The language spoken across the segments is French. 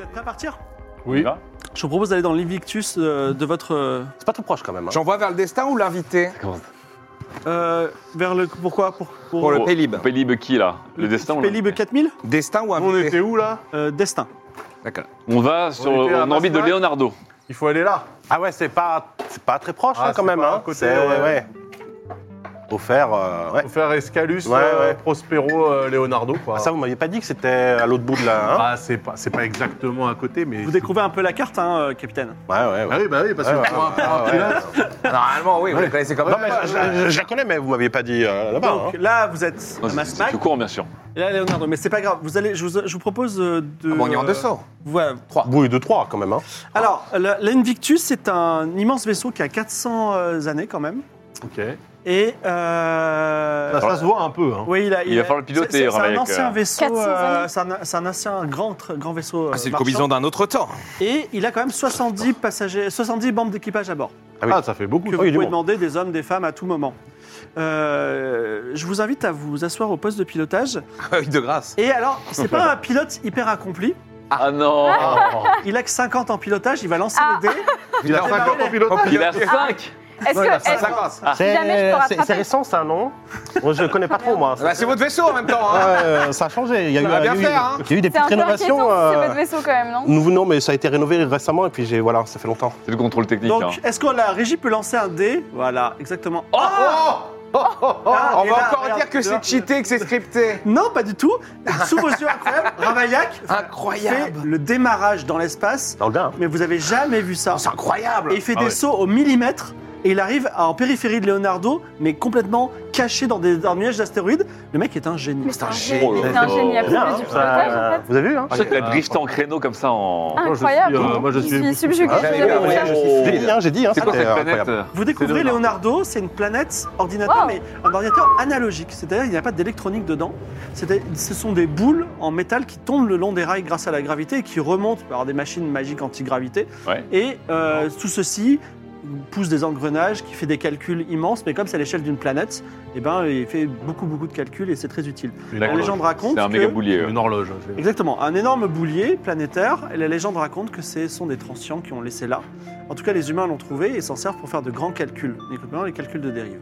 êtes prêts à partir Oui. Je vous propose d'aller dans l'invictus euh, de votre. euh, C'est pas tout proche quand même. hein. J'envoie vers le destin ou l'invité euh, vers le. Pourquoi Pour, pour- Pour le Pélib. Pélib Bah, qui là Le destin on l'a- Pélib 4000 Destin ou On invité était où là Euh, Destin. D'accord. On va sur On était à en orbite de Bastia Leonardo. Il faut aller là. Ah ouais, c'est pas, c'est pas très proche Ah, hein, quand c'est même. pas à Hein. côté, C'est- ouais. ouais. Offert, euh, ouais. Faut faire Escalus, Ouais, euh, ouais. Prospero, euh, Leonardo quoi. Ah, ça, vous m'aviez pas dit que c'était à l'autre bout de la. Hein Ah, c'est pas, c'est pas exactement à côté, mais. Vous découvrez un peu la carte, hein, euh, capitaine. ouais, ouais, ouais. Ah oui, bah oui, parce que Ouais, ouais, pour un- pour un ouais, pilote, Ah, Normalement, oui, vous Ouais. les connaissez comme Non, ça. mais je, je- je la connais, mais vous m'aviez pas dit euh, Ah là-bas. Donc hein. là, vous êtes Non, à c'est- bah, C'est Masmac. tout court bien sûr. Et là, Leonardo. Mais c'est pas grave. Vous allez, je, vous, je vous propose euh, de. Ah bon, on est en euh, 200. voilà. Oui, de trois quand même. Hein. Alors, la- l'Invictus, c'est un immense vaisseau qui a 400 euh, années quand même. Ok. Et. Ça, Euh, ça se voit un peu. Hein. Oui, il a. Il va falloir le piloter, c'est- C'est c'est un Ramec, ancien euh. vaisseau. 400 euh, années. c'est un, c'est un ancien grand, tr- grand vaisseau. Ah, euh, c'est le marchand. combison d'un autre temps. Et il a quand même 70 passagers, 70 membres d'équipage à bord Ah oui. Ah, ça fait que beaucoup. oui, vous du pouvez monde. demander des hommes, des femmes à tout moment. Euh, je vous invite à vous asseoir au poste de pilotage. Œil Ah, de grâce. Et alors, c'est pas un pilote hyper accompli. Ah non Oh, Il a que 50 en pilotage, il va lancer Ah. les dés. Il a 50 en pilote. Il a 5 Est-ce que. est-ce- C'est jamais je peux rattraper. c'est- c'est récent, ça, non Moi, je connais pas trop, moi. Ah bah, c'est votre vaisseau en même temps. hein. Ouais, euh, ça a changé. Il y a, eu, va il y a bien eu- faire, hein. il y a eu des C'est petites un peu inquiétant rénovations. si c'est euh, votre vaisseau quand même, non Nouveau non, mais ça a été rénové récemment et puis j'ai voilà, ça fait longtemps. C'est le contrôle technique. Donc, hein. est-ce que la régie peut lancer un dé Voilà, exactement. Oh, Ah, oh, On et va là, encore regarde, dire que tu vois. c'est cheaté, que c'est scripté. Non, pas du tout. Sous vos yeux incroyables, Ravaillac fait Incroyable. le démarrage dans l'espace, Dans le hein. gain. mais vous avez jamais vu ça. C'est incroyable. Et il fait Ah des ouais. sauts au millimètre. Et il arrive à- en périphérie de Leonardo, mais complètement caché dans des dans un nuage d'astéroïdes. Le mec est un génie. Mais c'est un putain, génie. j'ai- C'est un génie absolu Bien, hein, du ça- pilotage, en fait. vous avez vu hein Je sais qu'il a drifté en créneau comme ça en. Ah. je suis, Incroyable. euh, moi, je suis- subjugué. Ah, je suis j'avais d'accord. compris. J'ai dit, hein, j'ai dit. Hein, C'est quoi c'était, cette euh, planète incroyable. Vous découvrez C'est Leonardo. Leonardo, c'est une planète ordinateur, Wow. mais un ordinateur analogique. C'est-à-dire qu'il n'y a pas d'électronique dedans. C'est-à-dire- Ce sont des boules en métal qui tombent le long des rails grâce à la gravité et qui remontent par des machines magiques anti-gravité. Ouais. Et euh, tout ceci pousse des engrenages qui fait des calculs immenses, mais comme c'est à l'échelle d'une planète, eh ben, il fait beaucoup, beaucoup de calculs et c'est très utile. Une La D'accord. légende raconte C'est un que- méga boulier. Une horloge. Exactement, un énorme boulier planétaire. Et la légende raconte que ce sont des transients qui ont laissé là. En tout cas, les humains l'ont trouvé et s'en servent pour faire de grands calculs, notamment les calculs de dérive.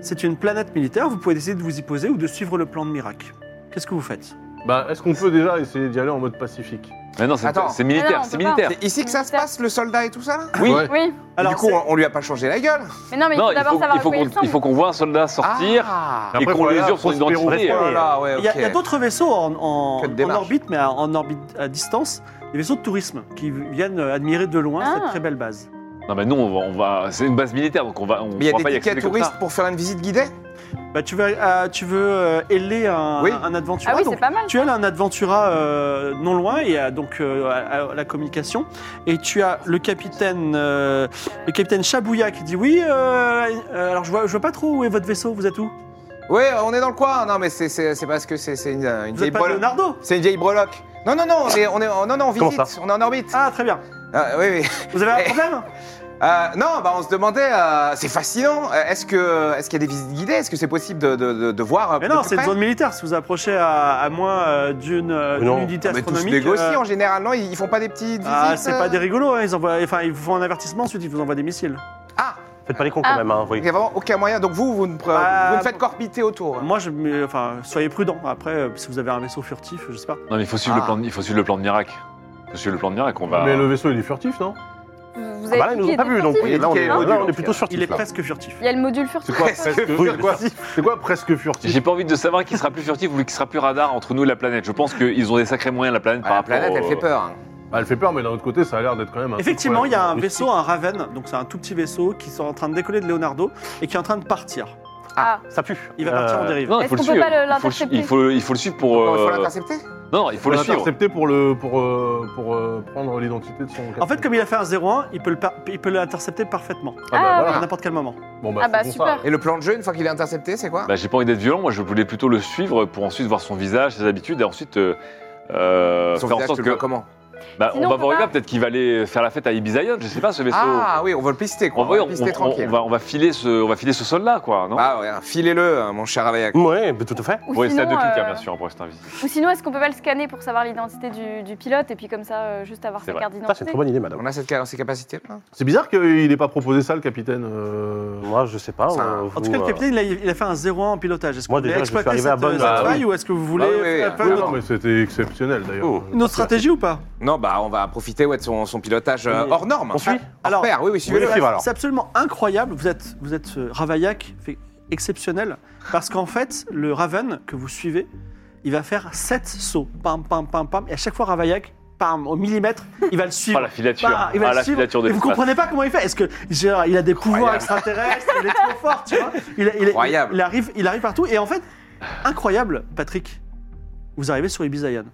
C'est une planète militaire, vous pouvez décider de vous y poser ou de suivre le plan de Mirac. Qu'est-ce que vous faites Bah, est-ce qu'on peut déjà essayer d'y aller en mode pacifique Mais non, c'est Attends. c'est Mais non, militaire, on c'est peut pas. militaire. C'est ici que ça se passe, le soldat et tout ça là Oui. Ouais. Oui, Et Du coup, c'est- on on lui a pas changé la gueule. mais non, mais il Non, faut il d'abord faut- savoir il à faut quoi il qu'on ressemble. il faut qu'on voit un soldat sortir Ah. et Après, qu'on voilà, lésure son Prospero. Ah, identité. Oh là hein. là, ouais, il y a, ok. il y a d'autres vaisseaux en, en- Que de en démarche. orbite, mais en orbite à distance, des vaisseaux de tourisme qui viennent admirer de loin Ah. cette très belle base. Non, mais nous, on va, on va- c'est une base militaire, donc on va, on Mais il y pourra a pas y des tickets accéder comme touristes ça. pour faire une visite guidée Bah, tu veux, euh, tu veux euh, héler un, Oui. un Adventura. Ah oui, donc c'est pas mal. Tu as là un Adventura euh, non loin et euh, donc euh, à- à la communication. Et tu as le capitaine, euh, le capitaine Chabouya qui dit oui. euh, euh, alors je vois, je vois pas trop où est votre vaisseau. Vous êtes où Oui, on est dans le coin. Non, mais c'est- c'est c'est parce que c'est c'est une, une Vous vieille êtes pas breloque. Leonardo C'est une vieille breloque. Non, non, non, on est, on est, non, non, on Comment visite, on est en orbite. Ah très bien. Ah, oui, oui. Vous avez un Eh. problème Euh, non, bah, on se demandait, euh, c'est fascinant. Euh, Est-ce que, est-ce qu'il y a des visites guidées Est-ce que c'est possible de, de, de, de voir euh, Mais de non, plus c'est une près zone militaire. Si vous approchez à, à moins euh, d'une euh, Mais non. d'une unité Ah, Mais tous astronomique. négocient euh, en général, non Ils ils font pas des petites ah, visites c'est pas euh des rigolos, hein, ils, envoient, enfin, ils vous font un avertissement, ensuite ils vous envoient des missiles. Ah, Faites pas les cons quand Ah. même. Hein, il oui. n'y a vraiment aucun moyen. Donc vous, vous ne, pre- Bah, vous ne faites qu'orbiter autour. Moi, je, mais, enfin, soyez prudent. Après, euh, si vous avez un vaisseau furtif, je sais pas. Non, mais il faut suivre, Ah. le, plan de, il faut suivre le plan de miracle. Il faut suivre le plan de miracle, on va. Mais le vaisseau, il est furtif, non Vous- vous Ah bah avez là, ils dit nous qu'il ont pas était vu, donc furtif. oui, là, on est, Il est là, on est furtif. plutôt Il est sortis. presque furtif. Il y a le module furtif. C'est quoi, Presque presque, Oui, c'est quoi- merci. c'est quoi presque furtif J'ai pas envie de savoir qui sera plus furtif ou qui sera plus radar entre nous et la planète. Je pense qu'ils ont des sacrés moyens, la planète, Ah, par la rapport planète, elle au- fait peur. hein. Bah, Elle fait peur, mais d'un autre côté, ça a l'air d'être quand même. un peu Effectivement, quoi, il y a un mystique. vaisseau, un Raven, donc c'est un tout petit vaisseau qui sont en train de décoller de Leonardo et qui est en train de partir. Ah, Ça pue. Il va partir en Euh, dérive. Non, il Est-ce faut le qu'on peut suivre. pas le- Il faut le su- il, faut, il faut le suivre pour. Bon, il faut euh, l'intercepter Non, non, il faut Faut le suivre. l'intercepter pour le pour euh, pour euh, prendre l'identité de son. En fait, comme il a fait un 0-1, il peut le par- il peut l'intercepter parfaitement, ah, bah, Ah, à voilà. n'importe quel moment. Bon, bah, Ah, bah, c'est super. ça. Et le plan de jeu, une fois qu'il est intercepté, c'est quoi Bah, j'ai pas envie d'être violent, moi je voulais plutôt le suivre pour ensuite voir son visage, ses habitudes et ensuite euh, euh, Son faire en visage, sorte tu le que. vois comment Bah, Sinon, on va on voir peut Hugo, pas- peut-être qu'il va aller faire la fête à Ibiza Island, je sais pas, ce vaisseau. Ah oui, on va le pister, on, quoi. On va, va le on- pister on- tranquille. on va, on va filer ce, on va filer ce soldat, quoi, non Ah ouais, filez-le, hein, mon cher Aveillac. Ouais, bah, tout à fait. Ou Oui, c'est à sinon, deux clics, hein, euh, bien sûr, pour rester invisible. Ou sinon, est-ce qu'on peut pas le scanner pour savoir l'identité du, du pilote et puis comme ça, euh, juste avoir C'est sa vrai. carte Ça, c'est d'identité une très bonne idée, madame. On a cette ca- ces capacités là C'est bizarre qu'il n'ait pas proposé ça, le capitaine. euh, Moi, je sais pas. Ça- euh, En tout vous, cas, le euh, capitaine, il a, il a fait un 0-1 en pilotage. Est-ce que Moi, vous voulez déjà, je suis exploiter arrivé à cette, euh, bonne- cette Bah, faille ou est-ce que vous voulez Bah oui, oui, faire oui. faire oui, une non, mais c'était exceptionnel d'ailleurs. Oh. Euh, une autre stratégie ou pas Non, bah on va profiter ouais, de son, son pilotage euh, Oui. hors norme. On suit Alors, Alors, père, oui, oui, Vous voulez suivez-le. suivre alors C'est absolument incroyable. Vous êtes, vous êtes euh, Ravaillac, fait exceptionnel. Parce qu'en fait, le Raven que vous suivez, il va faire 7 sauts. Pam, pam, pam, pam. Et à chaque fois, Ravaillac, pam, au millimètre, il va le suivre. Ah, la filature. Bah, il va Ah, le la suivre. filature de Et vous l'espace. comprenez pas comment il fait Est-ce que genre, il a des pouvoirs Incroyable. extraterrestres Il est trop fort, tu vois il, il- il- Incroyable. il arrive, il arrive partout. Et en fait, incroyable, Patrick. Vous arrivez sur Ibizaïan.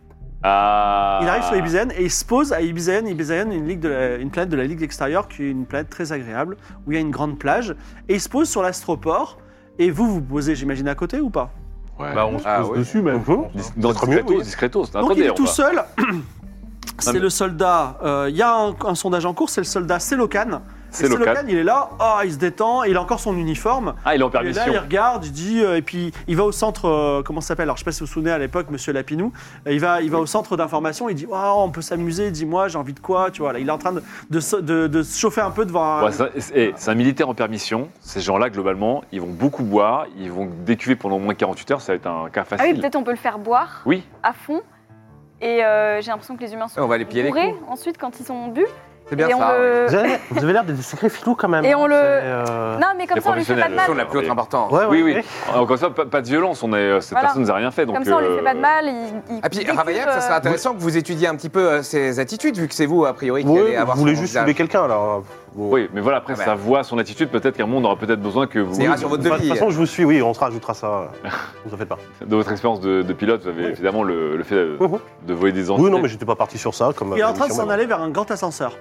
Ah. Il arrive sur Ibizaïan et il se pose à Ibizaïan. Ibizaïan, une, ligue de la- une planète de la Ligue extérieure qui est une planète très agréable où il y a une grande plage. Et il se pose sur l'astroport. Et vous, vous posez, j'imagine, à côté ou pas Bah, on se pose Ah, ouais. dessus même. je pense, hein. Dis- Dans Très discretos, mieux, oui. discretos. Donc Attendez, il est on tout va- seul. C'est mais- le soldat. euh, Il y a un, un sondage en cours, c'est le soldat Selokan. C'est Et le cas. il est là, ah, il se détend, il a encore son uniforme. Ah, il est Il en est là, permission. il regarde, il dit, euh, et puis il va au centre, euh, comment ça s'appelle Alors je sais pas si vous vous souvenez à l'époque, monsieur Lapinou, euh, il va, il va au centre d'information, il dit, Waouh, on peut s'amuser, dis-moi, j'ai envie de quoi Tu vois, là, il est en train de, de, se- de- de se chauffer un peu devant un- Ouais, c'est- c'est eh, c'est un militaire en permission. Ces gens-là, globalement, ils vont beaucoup boire, ils vont décuver pendant au moins 48 heures. Ça va être un cas Ah oui, facile. peut-être on peut le faire boire Oui, à fond. Et euh, j'ai l'impression que les humains sont Ouais, on va les piller les bourrés ensuite quand ils sont bu. C'est bien et on ça. ouais. le- Vous avez, vous avez l'air d'être des sacrés filous quand même. Et on le- C'est, euh, Non, mais comme Ah, Les ça, on lui fait pas de professionnels, C'est mal. la plus haute Oui. importance. Ouais, ouais, oui, ouais. oui. Encore ça, pas, pas de violence. On est, euh, cette Ah Voilà. personne nous a rien fait. Donc, Comme ça, on lui euh, fait pas de mal. Il, il Ah puis décuve, Ravaillac, ça serait euh, intéressant que vous étudiez un petit peu euh, ses attitudes, vu que c'est vous, a priori, qui Ouais, allez vous avoir voulez son juste visage. tuer quelqu'un alors. euh, Vous- Oui, mais voilà, après, Ah ben. bah. sa voix, son attitude, peut-être qu'un monde aura peut-être besoin que vous. C'est grâce à votre De toute devis. façon, je vous suis, oui, on se rajoutera ça. euh, vous en faites pas. De votre expérience de, de pilote, vous avez Oui. évidemment le, le fait de, Mhm. de voler des entités. Oui, non, mais j'étais pas parti sur ça. Comme Il est en train de émission, s'en mais aller vers un grand ascenseur.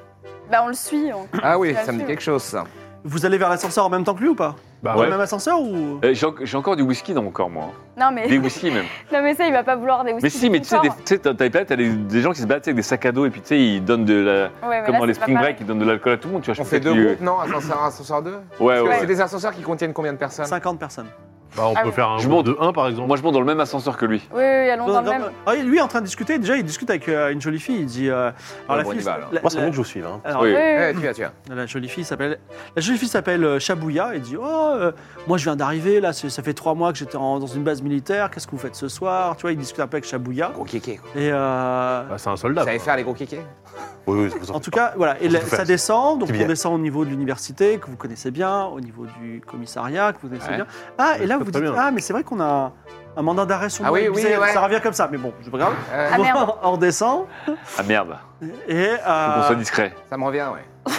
Bah, on le suit. on- Ah oui, Bien ça me dit sûr. quelque chose, ça. Vous allez vers l'ascenseur en même temps que lui ou pas Bah Dans Ouais. Le même ascenseur ou Eh, J'ai en- j'ai encore du whisky dans mon corps, moi. hein. Non, mais... Des whisky, même. non, mais ça, il va pas vouloir des mais whisky si, mais tu sais, des- confort. tu sais, t'as t'as des planètes, t'as des, des gens qui se battent tu sais, avec des sacs à dos et puis tu sais, ils donnent de la. Ouais, mais Comme là, dans les c'est pas spring pareil. break, ils donnent de l'alcool à tout le monde, tu vois. je On sais fait pas deux qui- groupes, non Ascenseur 1, ascenseur 2 Ah Ouais, Parce que ouais. c'est des ascenseurs qui contiennent combien de Euh, personnes 50 personnes Bah, on Ah peut oui. faire un Je groupe monte. de 1 par exemple. Moi, je monte dans le même ascenseur que lui. Oui, oui, allons dans le même. Ah, Lui est en train de discuter, déjà il discute avec euh, une jolie fille, il dit... euh, Ouais, la bon, on y fille... va, alors. la- Moi, c'est la- mieux que je vous suive. hein. alors, Oui. Oui, oui, Eh, oui. tu vas, tu vas. La jolie fille s'appelle la jolie fille s'appelle euh, Chabouya et dit oh euh, moi je viens d'arriver là c'est- ça fait trois mois que j'étais en- dans une base militaire qu'est-ce que vous faites ce soir tu vois il discute un peu avec Chabouya Gros kéké. quoi. et euh, Bah, c'est un Vous soldat. savez quoi. faire les gros kékés Oui, oui, vous en en faites tout cas voilà et la- Petit ça face. descend donc Petit on billet. descend au niveau de l'université que vous connaissez bien au niveau du commissariat que vous connaissez Ouais. bien ah et Ouais, là très, vous très dites bien. ah mais c'est vrai qu'on a un mandat d'arrêt sur Ah nous, oui, et oui, c'est- ouais. ça revient comme ça mais bon je regarde Euh, Ah, merde. on descend Ah merde, et faut euh, qu'on soit discret. Ça me revient, ouais.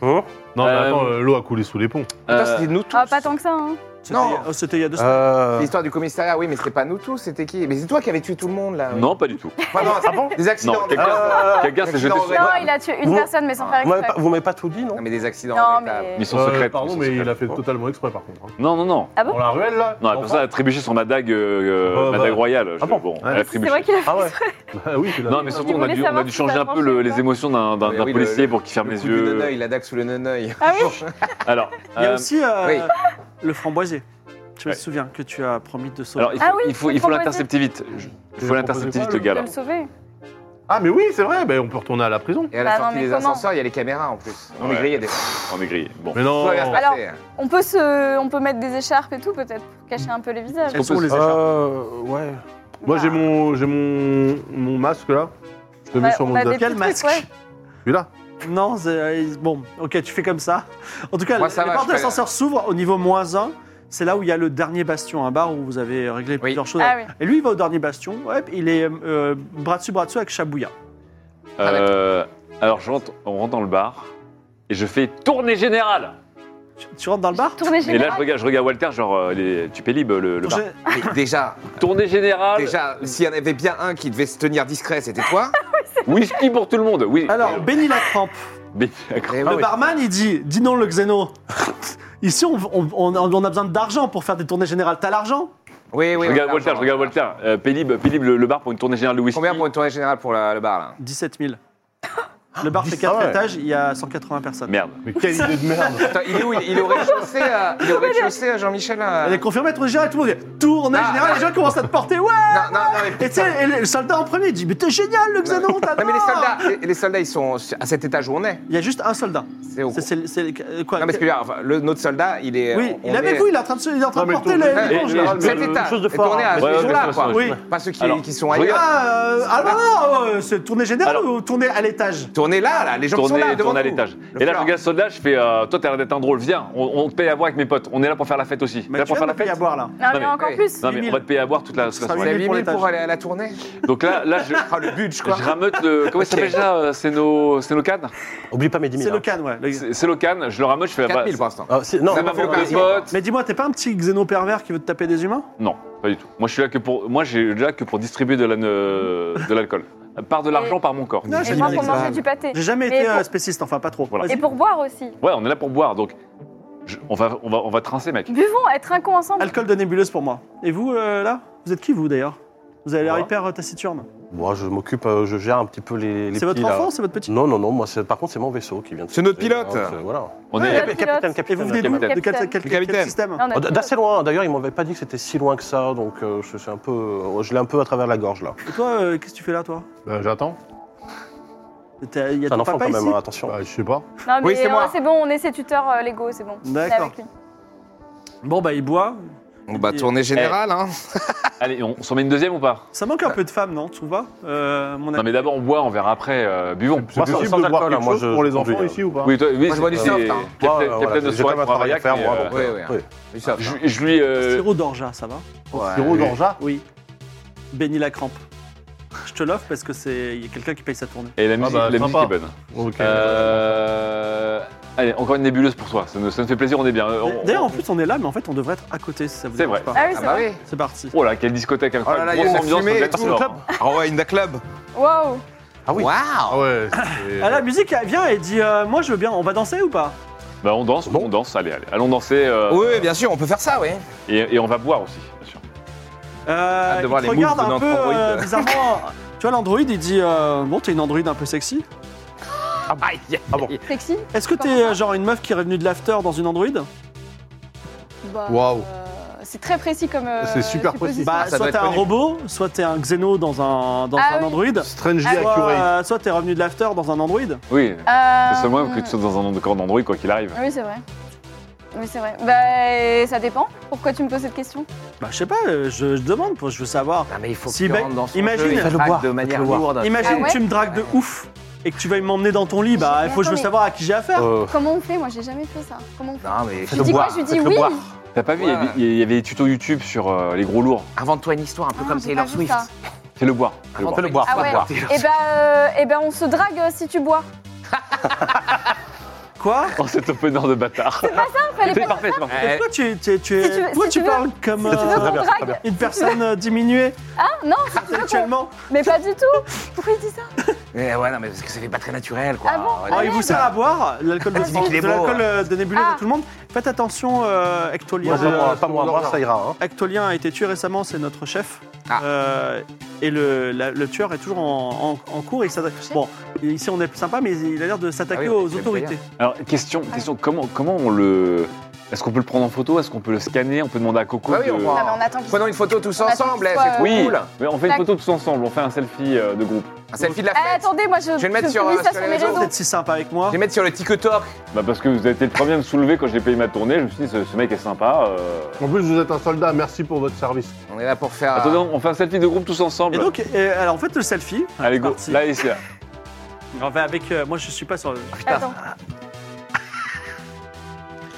Hein Non, mais Euh, attends, euh, l'eau a coulé sous les ponts. Attends, Euh, c'était nous tous. Ah, pas tant que ça, hein. c'était Non. euh, c'était il y a deux pas. semaines Euh, L'histoire du commissariat, oui, mais c'était pas nous tous, c'était qui Mais c'est toi qui avais tué tout le monde, là. oui. non, pas du tout. Enfin, non, Ah c'est bon Des accidents. Non, quelqu'un Euh, Ah, quelqu'un s'est jeté accident sur Ouais. Non, moi. il a tué une Vous- personne, mais sans faire vous m'avez pas- exprès. vous m'avez pas tout dit, non Non, mais des accidents. Non, arrêtables. mais. Ils sont Euh, secrets. Pardon, ils sont mais il secrets. a fait totalement exprès par contre. hein. Non, non, non. Ah bon Dans la ruelle là Non, la Enfin. personne a trébuché sur ma dague, euh, Ah bah. ma dague royale. Je- Ah bon bon, Ouais. elle a C'est trébuché. vrai qu'il a fait Ah ouais Bah oui, tu l'as Non, mais fait. surtout, Il on a voulait dû, on a savoir dû si changer ça un peu le- tranchait, les quoi. émotions d'un d'un- Oui, d'un oui, le- policier le- pour qu'il ferme Le les coup du yeux. nonneuil, la dague sous le nonneuil. Ah oui Alors, il y a euh, aussi euh, oui. le framboisier je Ouais. me souviens que tu as promis de sauver alors, il faut, Ah oui, il faut, vous il faut proposez- l'intercepter vite. Je- Il faut Vous l'intercepter proposez vite, quoi, le gars de là. le sauver. Ah, mais oui, c'est vrai, bah, on peut retourner à la prison. Et à la Bah non, sortie mais des comment ascenseurs, il y a les caméras en plus. On est Ouais. grillé des fois. On est grillé. Bon. Mais non, Ouais, il va se passer. Alors, On peut se, on peut mettre des écharpes et tout peut-être pour cacher un peu les visages. Elles sont peut- les écharpes Euh, ouais. moi j'ai Bah, mon, j'ai mon, mon masque là. Je te on a- Bah, mets sur on mon a des dague. Quel petits masque trucs, ouais. Celui-là Non, c'est- euh, bon, ok, tu fais comme ça. En tout cas, Moi, les ça va, portes de je fais- l'ascenseur s'ouvrent au niveau moins 1. C'est là où il y a le dernier bastion, un bar où vous avez réglé plusieurs choses. Ah oui. Et lui, il va au dernier bastion. Ouais, puis il est euh, bras dessus, bras dessous avec Shabuya. Euh, alors, je rentre, on rentre dans le bar et je fais tournée générale. Tu, tu rentres dans le bar Tournée Et là, je générale. regarde, je regarde Walter, genre, euh, les- tu pélibes le, le bar. J'ai- Mais déjà, Tournée Ah, générale. déjà, s'il y en avait bien un qui devait se tenir discret, c'était toi. Whisky pour tout le monde. Oui. Ah. Alors, Benny la crampe. Mais- Mais Le Ah Eh oui. barman, il dit Dis non, le xéno. Ici, on, on- on- on a besoin d'argent pour faire des tournées générales. T'as l'argent Oui, oui. je regarde on a Walter, je l'argent. regarde Walter. Euh, Pélib, Pélib, le, le bar pour une tournée générale de whisky. Combien pour une tournée générale pour la- le bar là 17 000. Le bar fait 4 Ah ouais. étages, il y a 180 personnes. Merde. Mais quelle idée de merde Attends, il est où Il il est au rez-de-chaussée, euh, il est au rez-de-chaussée, euh, Jean-Michel euh, Elle est confirmée, être générale, tout le monde dit tournée Ah. générale, les gens commencent à te porter, ouais Non, non, non, mais Et tu sais, et le- le soldat en premier dit, mais t'es génial le Xenon, Non, t'adores mais les soldats, les, les soldats, ils sont à cet étage où on est. Il y a juste un soldat. C'est au. C'est- C'est c'est- euh, quoi Non, mais ce que je veux dire, enfin, le, notre soldat, il est. Oui, on il est avec est- vous, il est en train de, se- il est en train de Non, mais porter tout- les. Ouais, les Et- gens. et- Cet le- état chose de est phare, tourné à hein. ce Ouais, ouais, jour-là, de toute quoi. façon, oui. Pas ceux qui, Alors, qui sont je ailleurs. Ah, euh, ah non, non, euh, c'est tournée générale Alors- ou tournée à l'étage Tournez là, là, les gens qui sont Tourner, là, devant tourner à nous. l'étage. Le Et là, je foulard. regarde ce soldat, je fais euh, Toi, t'as l'air d'être un drôle, viens, on, on te paye à boire avec mes potes. On est là pour faire la fête aussi. T'es Mais là tu pour vas faire me la payer fête à boire là. Non, mais Oui. encore Oui. plus. Non, mais 10 000. on va te payer à boire toute la. toute Ce la sera Vous soirée. avez Tourner 8 pour 000 pour l'étage. aller à la tournée Donc là, là je, Ah, le budge, quoi. je rameute le. Comment ça Ok. s'appelle déjà euh, C'est nos, c'est nos cannes Oublie pas mes 10 C'est 000. hein. le can, ouais. le- C'est c'est nos cannes, je le rameute, je fais. 4 bah, 000 pour l'instant. Ah, c'est- non, Ça C'est m'a ma fait groupe le de potes. Mais dis-moi, t'es pas un petit xéno pervers qui veut te taper des humains Non, pas du tout. Moi, je suis là que pour. Moi, j'ai déjà que pour distribuer de la- de l'alcool. Par de l'argent, par mon corps. Non, Et j'ai moi, jamais pour été- manger du pâté. J'ai jamais Mais été pour- euh, spéciste, enfin pas trop. Voilà. Vas-y. Et pour boire aussi. Ouais, on est là pour boire, donc je- on, va, on, va, on va trincer, mec. Buvons, être un con ensemble. Alcool de nébuleuse pour moi. Et vous, euh, là Vous êtes qui, vous, d'ailleurs Vous avez l'air Moi. hyper euh, taciturne. Moi, je m'occupe, euh, je gère un petit peu les, les C'est votre petits, là. enfant, c'est votre petit Non, non, non, moi, c'est- par contre, c'est mon vaisseau qui vient de C'est notre sortir, pilote. hein, c'est- Voilà. On Ouais, est... pilote. Capitaine, Et capitaine. vous venez d'où De capitaine. quel, quel- Le quel capitaine. système Non, on a Oh, d- tout D'assez loin, hein. d'ailleurs, ils m'avaient pas dit que c'était si loin que ça, donc euh, je, c'est un peu, euh, je l'ai un peu à travers la gorge là. Et toi, euh, qu'est-ce que tu fais là, toi Bah, J'attends. T'as- Il y a C'est un ton enfant papa quand ici même, hein, attention. Bah, je sais pas. fait. Non, mais Oui, c'est euh, moi. c'est bon, on est ses tuteurs euh, légaux, c'est bon. On est D'accord. avec lui. Bon, bah, il boit. Bon, bah, tournée générale, hein. Allez, on, on s'en met une deuxième ou pas Ça manque Bah. un peu de femmes, non Tu vois euh, mon Non, ami mais d'abord, on boit, on verra après. euh, buvons. C'est possible sans de boire alcool, hein, quelque moi, chose je- pour les je enfants conduis, ici ou pas Oui, toi, oui, Moi, je bois du c'est- surf, hein. capitaine- Moi, euh, capitaine voilà, de j'ai soirée quand même un pour travail à Aurillac, faire, mais, moi, euh, donc, Ouais, euh, ouais. ouais. Du surf, hein. je, je lui... euh, Sirop d'orgeat, ça va Ouais, Sirop oui. Ah. d'orgeat Oui. Bénis la crampe. Je te l'offre parce que c'est il y a quelqu'un qui paye sa tournée. Et la musique, bah, la sympa. musique est bonne. Ok. Euh, Allez, encore une nébuleuse pour toi. Ça nous, ça nous fait plaisir, on est bien. Euh, on- D'ailleurs, on- en plus, on est là, mais en fait, on devrait être à côté si ça vous C'est dérange vrai. pas. Ah oui, Ah, c'est bah vrai. oui. C'est parti. Oh là, quelle discothèque Oh là incroyable. là, il y a Grosse de la ambiance, fumée on et dirait que tout. c'est dehors. Ah ouais, Inda Club. Waouh. Ah oui. Ah Waouh. ouais. Ah, la musique elle vient et dit euh, Moi, je veux bien, on va danser ou pas Bah, on danse, Bon. on danse, allez, allez. Allons danser euh, Oui, oui, bien sûr, on peut faire ça, oui. et, et on va boire aussi, bien sûr. Euh, Hâte de il voir te les regarde moves de un peu notre Android. euh, bizarrement. tu vois, l'Android, il dit euh, Bon, t'es une Android un peu sexy. Aïe. Sexy Est-ce que t'es euh, genre une meuf qui est revenue de l'after dans une Android Bah, Waouh. euh, C'est très précis comme. euh, C'est super précis. supposition. Bah, Ah, ça soit doit t'es être un connu. robot, soit t'es un xéno dans un, dans Ah un oui. Android. Strangely Ah, Soit, accurate. euh, soit t'es revenu de l'after dans un Android. Oui, Euh, mm, c'est seulement que tu sois dans un camp d'Android, quoi qu'il arrive. Oui, c'est vrai. Oui, c'est vrai. Bah, ça dépend. Pourquoi tu me poses cette question Bah, je sais pas, euh, je, je demande, pour- je veux savoir. Non, mais il faut Si, ben, imagine- il Fais-le acte boire, de manière fais-le boire. lourde. Imagine, Ah ouais tu me dragues de ouf et que tu veuilles m'emmener dans ton lit, bah, Mais il faut que je veux attendez. savoir à qui j'ai affaire. Euh, Comment on fait Moi, j'ai jamais fait ça. Comment on fait Non, mais Je dis quoi Je lui dis oui. T'as pas vu, il y avait- il y avait des tutos YouTube sur euh, les gros lourds. Invente-toi une histoire un peu Ah, comme j'ai pas Taylor vu Swift. ça. Fais-le boire. fais-le boire. Invente-toi une histoire. Ah ouais. Boire. Eh ben, euh, eh ben, on se drague euh, si tu bois. Quoi Oh, cet opener de bâtard. C'est fallait pas parfait, c'est parfait. Mais eh. Pourquoi tu, tu, tu, es- Si tu veux- pourquoi si tu tu veux- parles comme c'est euh, très bien, c'est très bien. une personne euh, diminuée Non, intellectuellement mais pas du tout. Pourquoi il dit ça Mais ouais, non, mais parce que ça fait pas très naturel, quoi. Ah bon Ouais, Alors, Il ouais. vous sert à boire l'alcool de, Il dit qu'il est de beau, l'alcool ouais. euh, de nébuleuse Ah. de tout le monde. Faites attention, euh, Ectolien. Moi, Moi, pas je- moi, pas moi, moi, je- ça ira. Hein. Actolien a été tué récemment, c'est notre chef. Ah. Euh, et le, la- le tueur est toujours en, en- en cours. Il s'attaque- bon, ici on est sympa, mais il a l'air de s'attaquer Ah oui, aux c'est le autorités. Alors, question, question comment, comment on le. Est-ce qu'on peut le prendre en photo Est-ce qu'on peut le scanner On peut demander à Coco. Bah oui, de- on va- Non, mais on attend qu'il Prenons une photo tous On attend ensemble, qu'il eh, soit- c'est trop Oui, cool. mais on fait une Tac. photo tous ensemble, on fait un selfie euh, de groupe. Un selfie de la Eh, fête. attendez, moi, je, Je vais le mettre sur, publie euh, ça sur sur les mes réseaux. Vous réseaux. êtes si sympa avec Je moi. vais mettre sur le TikTok. Bah parce que vous avez été le premier à me soulever quand j'ai payé ma tournée, je me suis dit ce, ce mec est sympa. euh. En plus, vous êtes un soldat, merci pour votre service. On est là pour faire. Attendez, on fait un selfie de groupe tous ensemble. Et donc, euh, alors en fait, le selfie. Allez go, parti. là ici. là. On va avec. euh, moi, je suis pas sur. le- Attends.